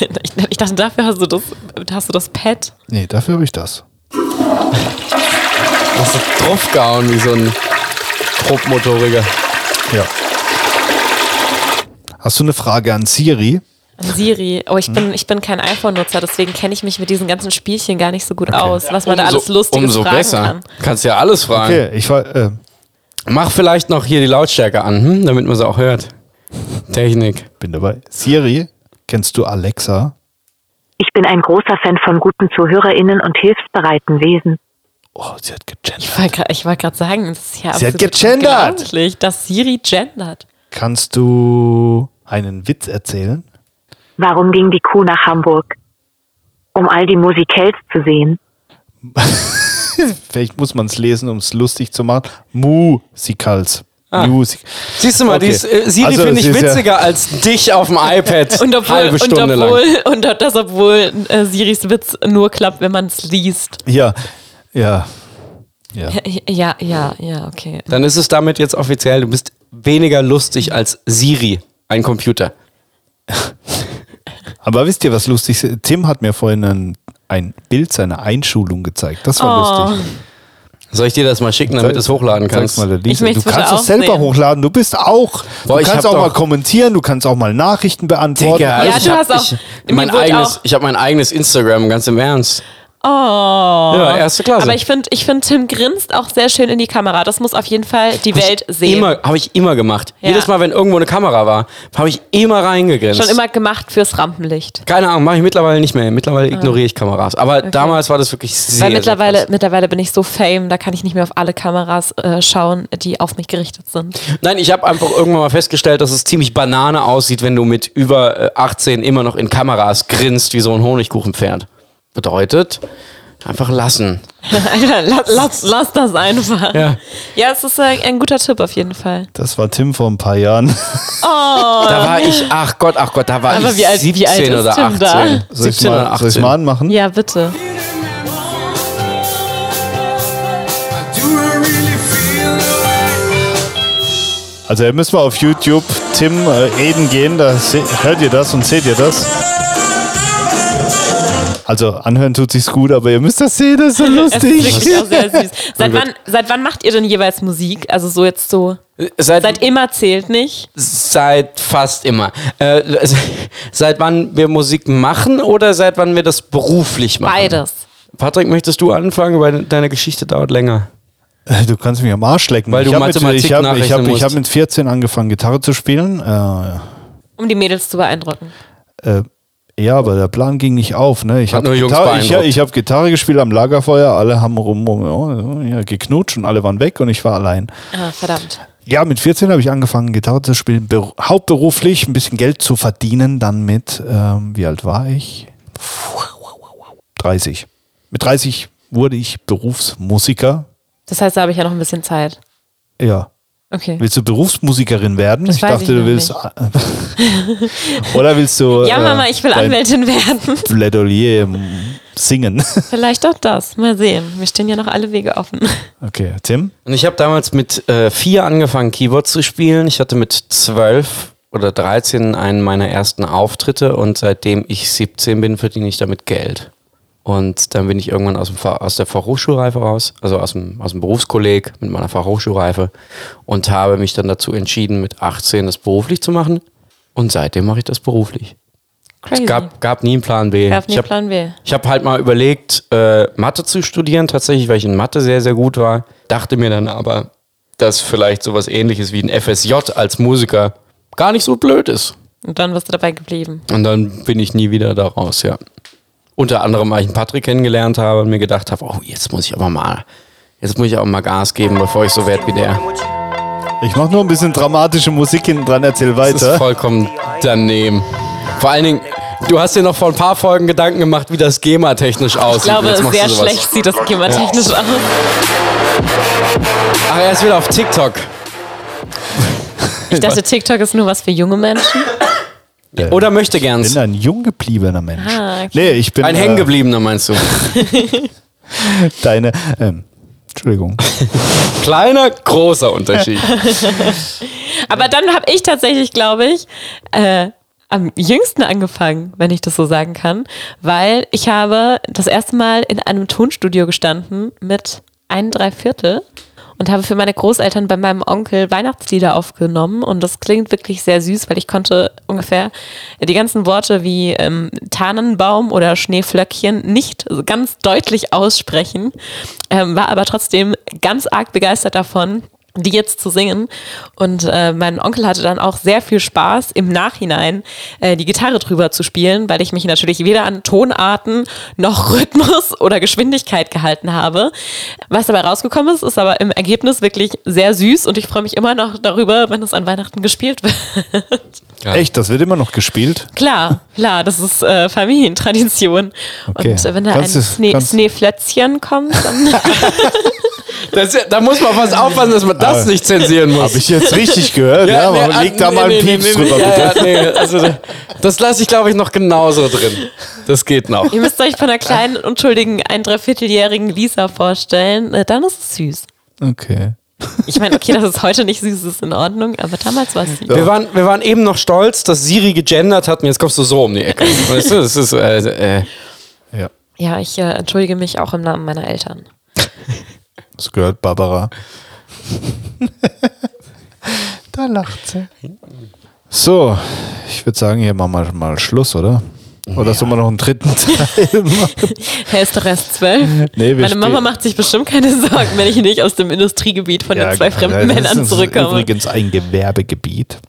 Speaker 3: Ich, ich dachte, dafür hast du das, hast du das Pad.
Speaker 1: Nee, dafür habe ich das.
Speaker 2: Hast du draufgehauen wie so ein Grobmotoriger.
Speaker 1: Ja. Hast du eine Frage an Siri?
Speaker 3: Siri, oh, ich bin, ich bin kein iPhone-Nutzer, deswegen kenne ich mich mit diesen ganzen Spielchen gar nicht so gut aus, was man da alles Lustiges
Speaker 2: umso
Speaker 3: fragen
Speaker 2: besser.
Speaker 3: kann.
Speaker 2: Kannst ja alles fragen.
Speaker 1: Okay, ich war. Äh,
Speaker 2: Mach vielleicht noch hier die Lautstärke an, hm? damit man es auch hört. Technik.
Speaker 1: bin dabei. Siri, kennst du Alexa?
Speaker 6: Ich bin ein großer Fan von guten ZuhörerInnen und hilfsbereiten Wesen.
Speaker 1: Oh, sie hat
Speaker 3: Ich
Speaker 1: gegendert.
Speaker 3: wollte gra- Ich wollte gerade sagen, das ist ja
Speaker 1: Sie hat
Speaker 3: absolut
Speaker 1: gegendert.
Speaker 3: unglaublich, dass Siri gendert.
Speaker 1: Kannst du einen Witz erzählen?
Speaker 6: Warum ging die Kuh nach Hamburg? Um all die Musikels zu sehen.
Speaker 1: Vielleicht muss man es lesen, um es lustig zu machen. Musicals.
Speaker 2: Ah.
Speaker 1: Musik.
Speaker 2: Siehst du mal,
Speaker 1: Okay.
Speaker 2: die ist, äh, Siri
Speaker 1: Also,
Speaker 2: finde
Speaker 1: sie
Speaker 2: ich
Speaker 1: ist ja-
Speaker 2: witziger als dich auf dem iPad.
Speaker 3: Und obwohl,
Speaker 2: halbe Stunde
Speaker 3: und
Speaker 2: lang.
Speaker 3: obwohl, und das obwohl äh, Siris Witz nur klappt, wenn man es liest.
Speaker 1: Ja, ja. Ja.
Speaker 3: Ja, ja, ja, okay.
Speaker 2: Dann ist es damit jetzt offiziell, du bist weniger lustig als Siri, ein Computer.
Speaker 1: Aber wisst ihr, was lustig ist? Tim hat mir vorhin ein, ein Bild seiner Einschulung gezeigt. Das war
Speaker 3: Oh.
Speaker 1: lustig.
Speaker 2: Soll ich dir das mal schicken, damit du es hochladen
Speaker 1: Zeig's
Speaker 2: kannst?
Speaker 1: mal der Lisa.
Speaker 3: möchte
Speaker 1: Du
Speaker 3: es bitte
Speaker 1: kannst
Speaker 3: auch
Speaker 1: es selber
Speaker 3: sehen.
Speaker 1: hochladen. Du bist auch.
Speaker 2: Boah,
Speaker 1: du
Speaker 2: ich
Speaker 1: kannst
Speaker 2: hab
Speaker 1: auch mal
Speaker 2: doch-
Speaker 1: kommentieren. Du kannst auch mal Nachrichten beantworten.
Speaker 2: Digga,
Speaker 3: Ja,
Speaker 2: ich
Speaker 3: du
Speaker 2: hab-
Speaker 3: hast auch-
Speaker 2: Ich, mein
Speaker 3: mir wurde
Speaker 2: eigenes,
Speaker 3: auch-
Speaker 2: ich habe mein eigenes Instagram, ganz im Ernst.
Speaker 3: Oh. Ja,
Speaker 2: erste Klasse.
Speaker 3: Aber ich finde, ich find, Tim grinst auch sehr schön in die Kamera. Das muss auf jeden Fall die Welt sehen.
Speaker 2: Immer, habe ich immer gemacht.
Speaker 3: Ja.
Speaker 2: Jedes Mal, wenn irgendwo eine Kamera war, habe ich immer reingegrinst.
Speaker 3: Schon immer gemacht fürs Rampenlicht.
Speaker 2: Keine Ahnung, mache ich mittlerweile nicht mehr. Mittlerweile ignoriere ich Kameras. Aber damals war das wirklich sehr.
Speaker 3: Ah. Weil mittlerweile,
Speaker 2: sehr krass.
Speaker 3: mittlerweile bin ich so fame, da kann ich nicht mehr auf alle Kameras äh, schauen, die auf mich gerichtet sind.
Speaker 2: Nein, ich habe einfach irgendwann mal festgestellt, dass es ziemlich Banane aussieht, wenn du mit über äh, 18 immer noch in Kameras grinst wie so ein Honigkuchenpferd. Bedeutet, einfach lassen.
Speaker 3: Alter, la, lass, lass das einfach.
Speaker 2: Ja.
Speaker 3: ja, es ist äh, ein guter Tipp auf jeden Fall. Oh.
Speaker 1: Das war Tim vor ein paar Jahren.
Speaker 2: Da war ich, ach Gott, ach Gott, da war
Speaker 3: Aber
Speaker 2: ich
Speaker 3: wie alt-
Speaker 2: 17
Speaker 3: wie alt ist
Speaker 2: oder
Speaker 3: Tim
Speaker 2: 18.
Speaker 3: da?
Speaker 1: Soll ich
Speaker 2: 17 oder
Speaker 1: mal, soll ich's
Speaker 2: 18.
Speaker 1: mal anmachen?
Speaker 3: Ja, bitte.
Speaker 5: Do I really feel the way?
Speaker 1: Also da müssen wir auf YouTube Tim äh, Eden gehen, da se- hört ihr das und seht ihr das. Also anhören tut sich's gut, aber ihr müsst das sehen, das ist so
Speaker 3: Es ist
Speaker 1: lustig.
Speaker 3: wirklich auch sehr süß. Seit wann, seit wann macht ihr denn jeweils Musik? Also so jetzt so.
Speaker 2: Äh, Seit,
Speaker 3: Seit e-
Speaker 2: seit,
Speaker 3: immer zählt nicht.
Speaker 2: fast immer. Äh, seit wann wir Musik machen oder seit wann wir das beruflich machen?
Speaker 3: Beides.
Speaker 2: Patrick, möchtest du anfangen? Weil deine Geschichte dauert länger.
Speaker 1: Äh, Du kannst mich am Arsch lecken.
Speaker 2: Weil du
Speaker 1: ich habe mit,
Speaker 2: Mathematik
Speaker 1: ich hab, ich hab,
Speaker 2: nachrechnen
Speaker 1: ich hab
Speaker 2: musst.
Speaker 1: mit 14 angefangen, Gitarre zu spielen. Äh,
Speaker 3: Um die Mädels zu beeindrucken.
Speaker 1: äh, ja, aber der Plan ging nicht auf. Ne? Ich
Speaker 2: Hat
Speaker 1: habe
Speaker 2: nur Jungs
Speaker 1: Gitarre, ich,
Speaker 2: beeindruckt.
Speaker 1: ich hab Gitarre gespielt am Lagerfeuer, alle haben rum, rum oh, ja, geknutscht und alle waren weg und ich war allein.
Speaker 3: Ah, verdammt.
Speaker 1: Ja, mit 14 habe ich angefangen, Gitarre zu spielen, beru- hauptberuflich ein bisschen Geld zu verdienen. Dann mit, ähm, wie alt war ich? 30. Mit 30 wurde ich Berufsmusiker.
Speaker 3: Das heißt, da habe ich ja noch ein bisschen Zeit.
Speaker 1: Ja.
Speaker 3: Okay.
Speaker 1: Willst du Berufsmusikerin werden?
Speaker 3: Das
Speaker 1: ich
Speaker 3: weiß
Speaker 1: dachte,
Speaker 3: ich
Speaker 1: du
Speaker 3: noch
Speaker 1: willst. Oder willst du.
Speaker 3: Ja,
Speaker 1: äh,
Speaker 3: Mama, ich will
Speaker 1: dein
Speaker 3: Anwältin werden.
Speaker 1: Plädoyer ähm, singen.
Speaker 3: Vielleicht auch das. Mal sehen. Mir stehen ja noch alle Wege offen.
Speaker 1: Okay, Tim?
Speaker 2: Und ich habe damals mit äh, vier angefangen, Keyboard zu spielen. Ich hatte mit zwölf oder 13 einen meiner ersten Auftritte und seitdem ich 17 bin, verdiene ich damit Geld. Und dann bin ich irgendwann aus, dem, Fa- aus der Fachhochschulreife raus, also aus dem, aus dem Berufskolleg mit meiner Fachhochschulreife und habe mich dann dazu entschieden, mit 18 das beruflich zu machen. Und seitdem mache ich das beruflich.
Speaker 3: Crazy.
Speaker 2: Es gab, gab nie einen Plan B.
Speaker 3: Gab nie
Speaker 2: ich
Speaker 3: einen Plan B.
Speaker 2: Ich habe halt mal überlegt, äh, Mathe zu studieren, tatsächlich, weil ich in Mathe sehr, sehr gut war. Dachte mir dann aber, dass vielleicht sowas ähnliches wie ein FSJ als Musiker gar nicht so blöd ist.
Speaker 3: Und dann bist du dabei geblieben.
Speaker 2: Und dann bin ich nie wieder da raus, ja. Unter anderem, weil ich einen Patrick kennengelernt habe und mir gedacht habe, oh, jetzt muss ich aber mal, jetzt muss ich auch mal Gas geben, bevor ich so werde wie der.
Speaker 1: Ich mache nur ein bisschen dramatische Musik hinten dran, erzähl
Speaker 2: Das ist
Speaker 1: weiter.
Speaker 2: vollkommen daneben. Vor allen Dingen, du hast dir noch vor ein paar Folgen Gedanken gemacht, wie das GEMA technisch aussieht.
Speaker 3: Ich glaube,
Speaker 2: Jetzt machst du
Speaker 3: sehr
Speaker 2: sowas.
Speaker 3: schlecht sieht das Thema technisch aus.
Speaker 2: Ach, er ist wieder auf TikTok.
Speaker 3: Ich dachte, TikTok ist nur was für junge Menschen.
Speaker 2: Oder möchte
Speaker 1: Ich
Speaker 2: gerns.
Speaker 1: bin ein jung gebliebener Mensch.
Speaker 3: Ah, okay.
Speaker 1: Nee, ich bin
Speaker 2: Ein
Speaker 1: äh,
Speaker 2: Hängengebliebener, meinst du?
Speaker 1: deine. Ähm, Entschuldigung.
Speaker 2: Kleiner, großer Unterschied.
Speaker 3: Aber dann habe ich tatsächlich, glaube ich, äh, am jüngsten angefangen, wenn ich das so sagen kann, weil ich habe das erste Mal in einem Tonstudio gestanden mit ein Dreiviertel und habe für meine Großeltern bei meinem Onkel Weihnachtslieder aufgenommen und das klingt wirklich sehr süß, weil ich konnte ungefähr die ganzen Worte wie ähm, Tannenbaum oder Schneeflöckchen nicht ganz deutlich aussprechen, ähm, war aber trotzdem ganz arg begeistert davon, die jetzt zu singen. Und äh, mein Onkel hatte dann auch sehr viel Spaß, im Nachhinein äh, die Gitarre drüber zu spielen, weil ich mich natürlich weder an Tonarten noch Rhythmus oder Geschwindigkeit gehalten habe. Was dabei rausgekommen ist, ist aber im Ergebnis wirklich sehr süß und ich freue mich immer noch darüber, wenn es an Weihnachten gespielt wird.
Speaker 1: Echt, das wird immer noch gespielt.
Speaker 3: klar, klar, das ist äh, Familientradition.
Speaker 1: Okay.
Speaker 3: Und äh, wenn da
Speaker 1: Kannst
Speaker 3: ein
Speaker 1: du-
Speaker 3: Schnee
Speaker 1: kannst-
Speaker 3: Schneeflötzchen kommt, dann
Speaker 2: Das, da muss man was aufpassen, dass man das nicht zensieren muss.
Speaker 1: Hab ich jetzt richtig gehört? ja, aber
Speaker 2: ah,
Speaker 1: leg da mal einen Pieps drüber,
Speaker 2: ja,
Speaker 1: bitte.
Speaker 2: Ja, nee, also, da- das lasse ich, glaube ich, noch genauso drin. Das geht noch.
Speaker 3: Ihr müsst euch von einer kleinen, unschuldigen, ein Dreivierteljährigen Lisa vorstellen. Äh, Dann ist es süß.
Speaker 1: Okay.
Speaker 3: Ich meine, okay, dass es heute nicht süß ist, in Ordnung, aber damals war es süß.
Speaker 2: Wir waren, wir waren eben noch stolz, dass Siri gegendert hat und jetzt kommst du so um die Ecke. Weißt du, das ist, äh, äh,
Speaker 1: Ja,
Speaker 3: Ja, ich äh, entschuldige mich auch im Namen meiner Eltern.
Speaker 1: das gehört Barbara. da lacht sie. So, ich würde sagen, hier machen wir mal Schluss, oder? Oder sollen wir noch einen dritten Teil machen?
Speaker 3: Er ist doch erst zwölf.
Speaker 1: Nee, wir
Speaker 3: Meine Mama
Speaker 1: spielen-
Speaker 3: macht sich bestimmt keine Sorgen, wenn ich nicht aus dem Industriegebiet von den zwei fremden
Speaker 1: genau. das
Speaker 3: Männern
Speaker 1: ist
Speaker 3: zurückkomme.
Speaker 1: Übrigens ein Gewerbegebiet.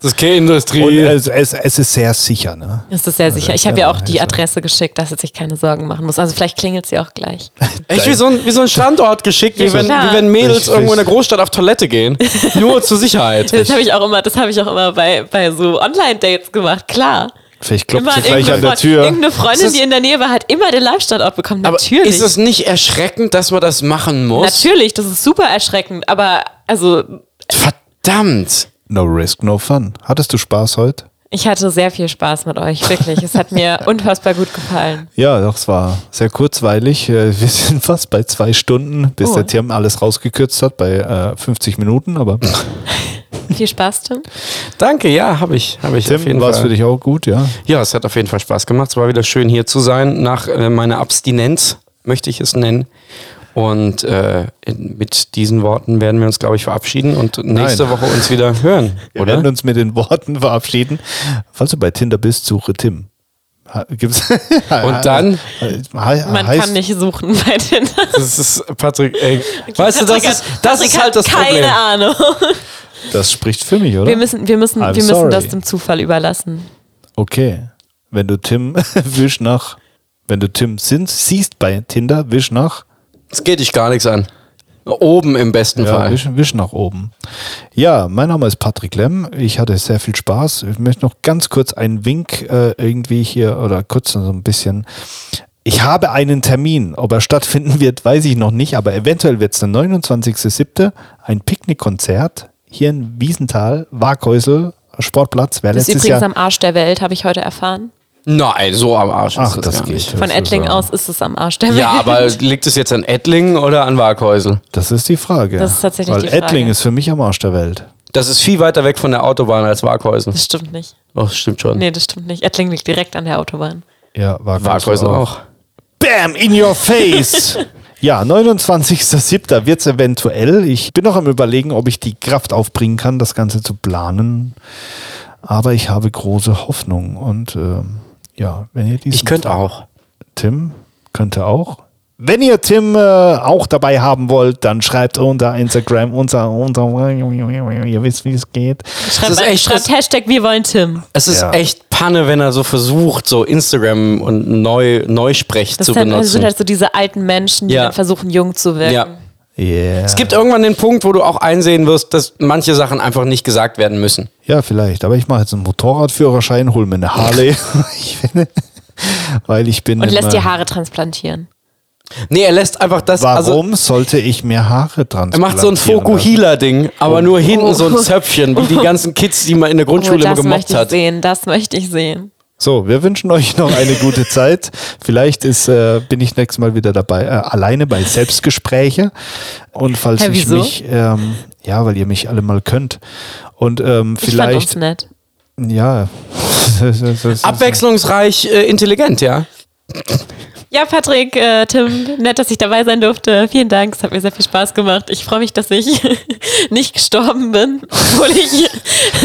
Speaker 2: das ist keine Industrie.
Speaker 1: Und äh, es, es, es ist sehr sicher, ne?
Speaker 3: Das ist sehr sicher. Ich habe ja auch die
Speaker 1: also.
Speaker 3: Adresse geschickt, dass er sich keine Sorgen machen muss. Also vielleicht klingelt sie auch gleich.
Speaker 2: Echt wie so, ein, wie so ein Standort geschickt, wie,
Speaker 3: Ja,
Speaker 2: wenn,
Speaker 3: klar.
Speaker 2: wie wenn Mädels
Speaker 1: Ich-
Speaker 2: irgendwo in
Speaker 1: ich-
Speaker 2: der Großstadt auf Toilette gehen. Nur zur Sicherheit.
Speaker 3: Das habe ich auch immer, das habe ich auch immer bei, bei so Online-Dates gemacht, klar.
Speaker 1: Vielleicht klopft
Speaker 3: Immer
Speaker 1: sie gleich an der
Speaker 3: Freund-
Speaker 1: Tür.
Speaker 3: irgendeine
Speaker 2: Ist das-
Speaker 3: Freundin, die in der Nähe war, hat immer den Live-Standort bekommen.
Speaker 2: Aber
Speaker 3: Natürlich.
Speaker 2: ist es nicht erschreckend, dass man das machen muss?
Speaker 3: Natürlich, das ist super erschreckend, aber also
Speaker 2: Verdammt.
Speaker 1: No risk, no fun. Hattest du Spaß heute?
Speaker 3: ich hatte sehr viel Spaß mit euch, wirklich. Es hat mir unfassbar gut gefallen.
Speaker 1: Ja, doch, es war sehr kurzweilig. Äh, Wir sind fast bei zwei Stunden, bis
Speaker 3: Oh.
Speaker 1: der Tim alles rausgekürzt hat, bei äh, 50 Minuten. Aber
Speaker 3: Viel Spaß, Tim.
Speaker 2: Danke, ja, habe ich. Hab ich auf
Speaker 1: Tim
Speaker 2: jeden
Speaker 1: war es
Speaker 2: Fall.
Speaker 1: für dich auch gut, ja.
Speaker 2: Ja, es hat auf jeden Fall Spaß gemacht. Es war wieder schön hier zu sein. Nach äh, meiner Abstinenz möchte ich es nennen. Und äh, in, mit diesen Worten werden wir uns, glaube ich, verabschieden und nächste Woche uns wieder hören,
Speaker 1: Wir
Speaker 2: oder?
Speaker 1: werden uns mit den Worten verabschieden. Falls du bei Tinder bist, suche Tim. Ha- Gibt's
Speaker 2: Und dann, Ah,
Speaker 3: Man kann nicht suchen bei den.
Speaker 2: das ist Patrick, ey, weißt du, das
Speaker 3: Patrick
Speaker 2: ist,
Speaker 3: hat-
Speaker 2: das
Speaker 3: Patrick
Speaker 2: ist halt
Speaker 3: hat
Speaker 2: das
Speaker 3: keine
Speaker 2: Problem.
Speaker 3: Ahnung.
Speaker 1: Das spricht für mich, oder?
Speaker 3: Wir müssen, wir müssen,
Speaker 1: I'm
Speaker 3: wir müssen
Speaker 1: sorry.
Speaker 3: das dem Zufall überlassen.
Speaker 1: Okay. Wenn du Tim wisch nach, wenn du Tim sin- siehst bei Tinder, wisch nach,
Speaker 2: Es geht dich gar nichts an. Oben im besten
Speaker 1: ja,
Speaker 2: Fall.
Speaker 1: wisch, wisch nach oben. Ja, mein Name ist Patrick Lemm. Ich hatte sehr viel Spaß. Ich möchte noch ganz kurz einen Wink äh, irgendwie hier oder kurz so ein bisschen. Ich habe einen Termin. Ob er stattfinden wird, weiß ich noch nicht, aber eventuell wird es der 29.07. ein Picknickkonzert hier in Wiesenthal, Waghäusel, Sportplatz. Wer
Speaker 3: Das ist
Speaker 1: letztes
Speaker 3: übrigens
Speaker 1: Jahr
Speaker 3: am Arsch der Welt, habe ich heute erfahren.
Speaker 2: Nein, so am Arsch ist
Speaker 1: Ach, das
Speaker 2: gar
Speaker 1: geht.
Speaker 2: nicht.
Speaker 3: Von
Speaker 1: Das ist
Speaker 3: Ettling
Speaker 1: ja-
Speaker 3: aus ist es am Arsch der Welt.
Speaker 2: Ja, aber liegt es jetzt an Ettlingen oder an Waghäusel?
Speaker 1: Das ist die Frage.
Speaker 3: Das ist tatsächlich
Speaker 1: Weil
Speaker 3: die Frage.
Speaker 1: Ettling ist für mich am Arsch der Welt.
Speaker 2: Das ist viel weiter weg von der Autobahn als Waghäusel.
Speaker 3: Das stimmt nicht.
Speaker 2: Oh, stimmt schon.
Speaker 3: Nee, das stimmt nicht. Ettling liegt direkt an der Autobahn.
Speaker 1: Ja, war
Speaker 2: Waghäusel auch.
Speaker 1: Damn, in your face. Ja, 29.07. wird es eventuell. Ich bin noch am Überlegen, ob ich die Kraft aufbringen kann, das Ganze zu planen. Aber ich habe große Hoffnung. Und ähm, ja, wenn ihr diesen
Speaker 2: Ich könnte auch.
Speaker 1: Tim könnte auch. Wenn ihr Tim äh, auch dabei haben wollt, dann schreibt unter Instagram, unter, unter, ihr wisst, wie es geht.
Speaker 2: Das ist
Speaker 3: Schreibt,
Speaker 2: echt
Speaker 3: schreibt Hashtag wir wollen Tim.
Speaker 2: Es ist
Speaker 1: Ja.
Speaker 2: echt Panne, wenn er so versucht, so Instagram und neu, Neusprech
Speaker 3: Das
Speaker 2: zu
Speaker 3: sind halt, das
Speaker 2: benutzen.
Speaker 3: sind halt so diese alten Menschen, die
Speaker 2: Ja.
Speaker 3: dann versuchen, jung zu wirken.
Speaker 2: ja.
Speaker 1: Yeah.
Speaker 2: Es gibt irgendwann den Punkt, wo du auch einsehen wirst, dass manche Sachen einfach nicht gesagt werden müssen.
Speaker 1: Ja, vielleicht. Aber ich mache jetzt einen Motorradführerschein, hole mir eine Harley. ich bin, weil ich bin.
Speaker 3: Und lässt
Speaker 1: immer-
Speaker 3: die Haare transplantieren.
Speaker 2: Nee, er lässt einfach das. Also,
Speaker 1: Warum ne? sollte ich mir Haare dran
Speaker 2: er macht so ein Fokuhila-Ding, aber nur hinten so ein Zöpfchen, wie die ganzen Kids, die man in der
Speaker 3: Oh,
Speaker 2: Grundschule immer
Speaker 3: das möchte
Speaker 2: gemobbt
Speaker 3: ich
Speaker 2: hat.
Speaker 3: sehen, das möchte ich sehen.
Speaker 1: So, wir wünschen euch noch eine gute Zeit. Vielleicht ist, äh, bin ich nächstes Mal wieder dabei, äh, alleine bei Selbstgespräche. Und falls
Speaker 3: Hä,
Speaker 1: ich
Speaker 3: wieso?
Speaker 1: mich, ähm, ja, weil ihr mich alle mal könnt. Und ähm,
Speaker 3: Ich fand
Speaker 1: vielleicht,
Speaker 3: uns nett.
Speaker 1: ja. Das- das- das-
Speaker 2: Abwechslungsreich, äh, intelligent, ja.
Speaker 3: Ja, Patrick, äh, Tim, nett, dass ich dabei sein durfte. Vielen Dank, es hat mir sehr viel Spaß gemacht. Ich freue mich, dass ich nicht gestorben bin, obwohl ich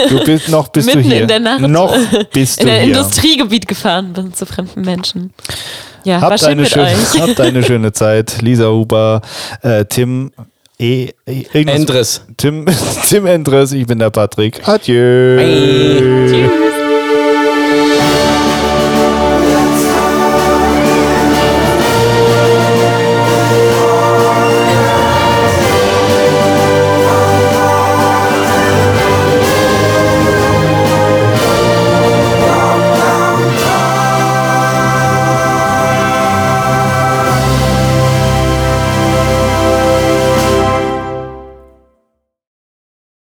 Speaker 1: Du bist noch bist du
Speaker 3: mitten
Speaker 1: hier.
Speaker 3: in der Nacht
Speaker 1: noch bist
Speaker 3: in
Speaker 1: du
Speaker 3: ein
Speaker 1: hier.
Speaker 3: Industriegebiet gefahren bin zu fremden Menschen. Ja, war
Speaker 1: Habt
Speaker 3: schön
Speaker 1: eine,
Speaker 3: mit
Speaker 1: schöne,
Speaker 3: euch.
Speaker 1: habt eine schöne Zeit. Lisa Huber, äh, Tim e, e, irgendwas-
Speaker 2: Endres.
Speaker 1: Tim, Tim Endres, ich bin der Patrick. Adieu.
Speaker 3: Tschüss.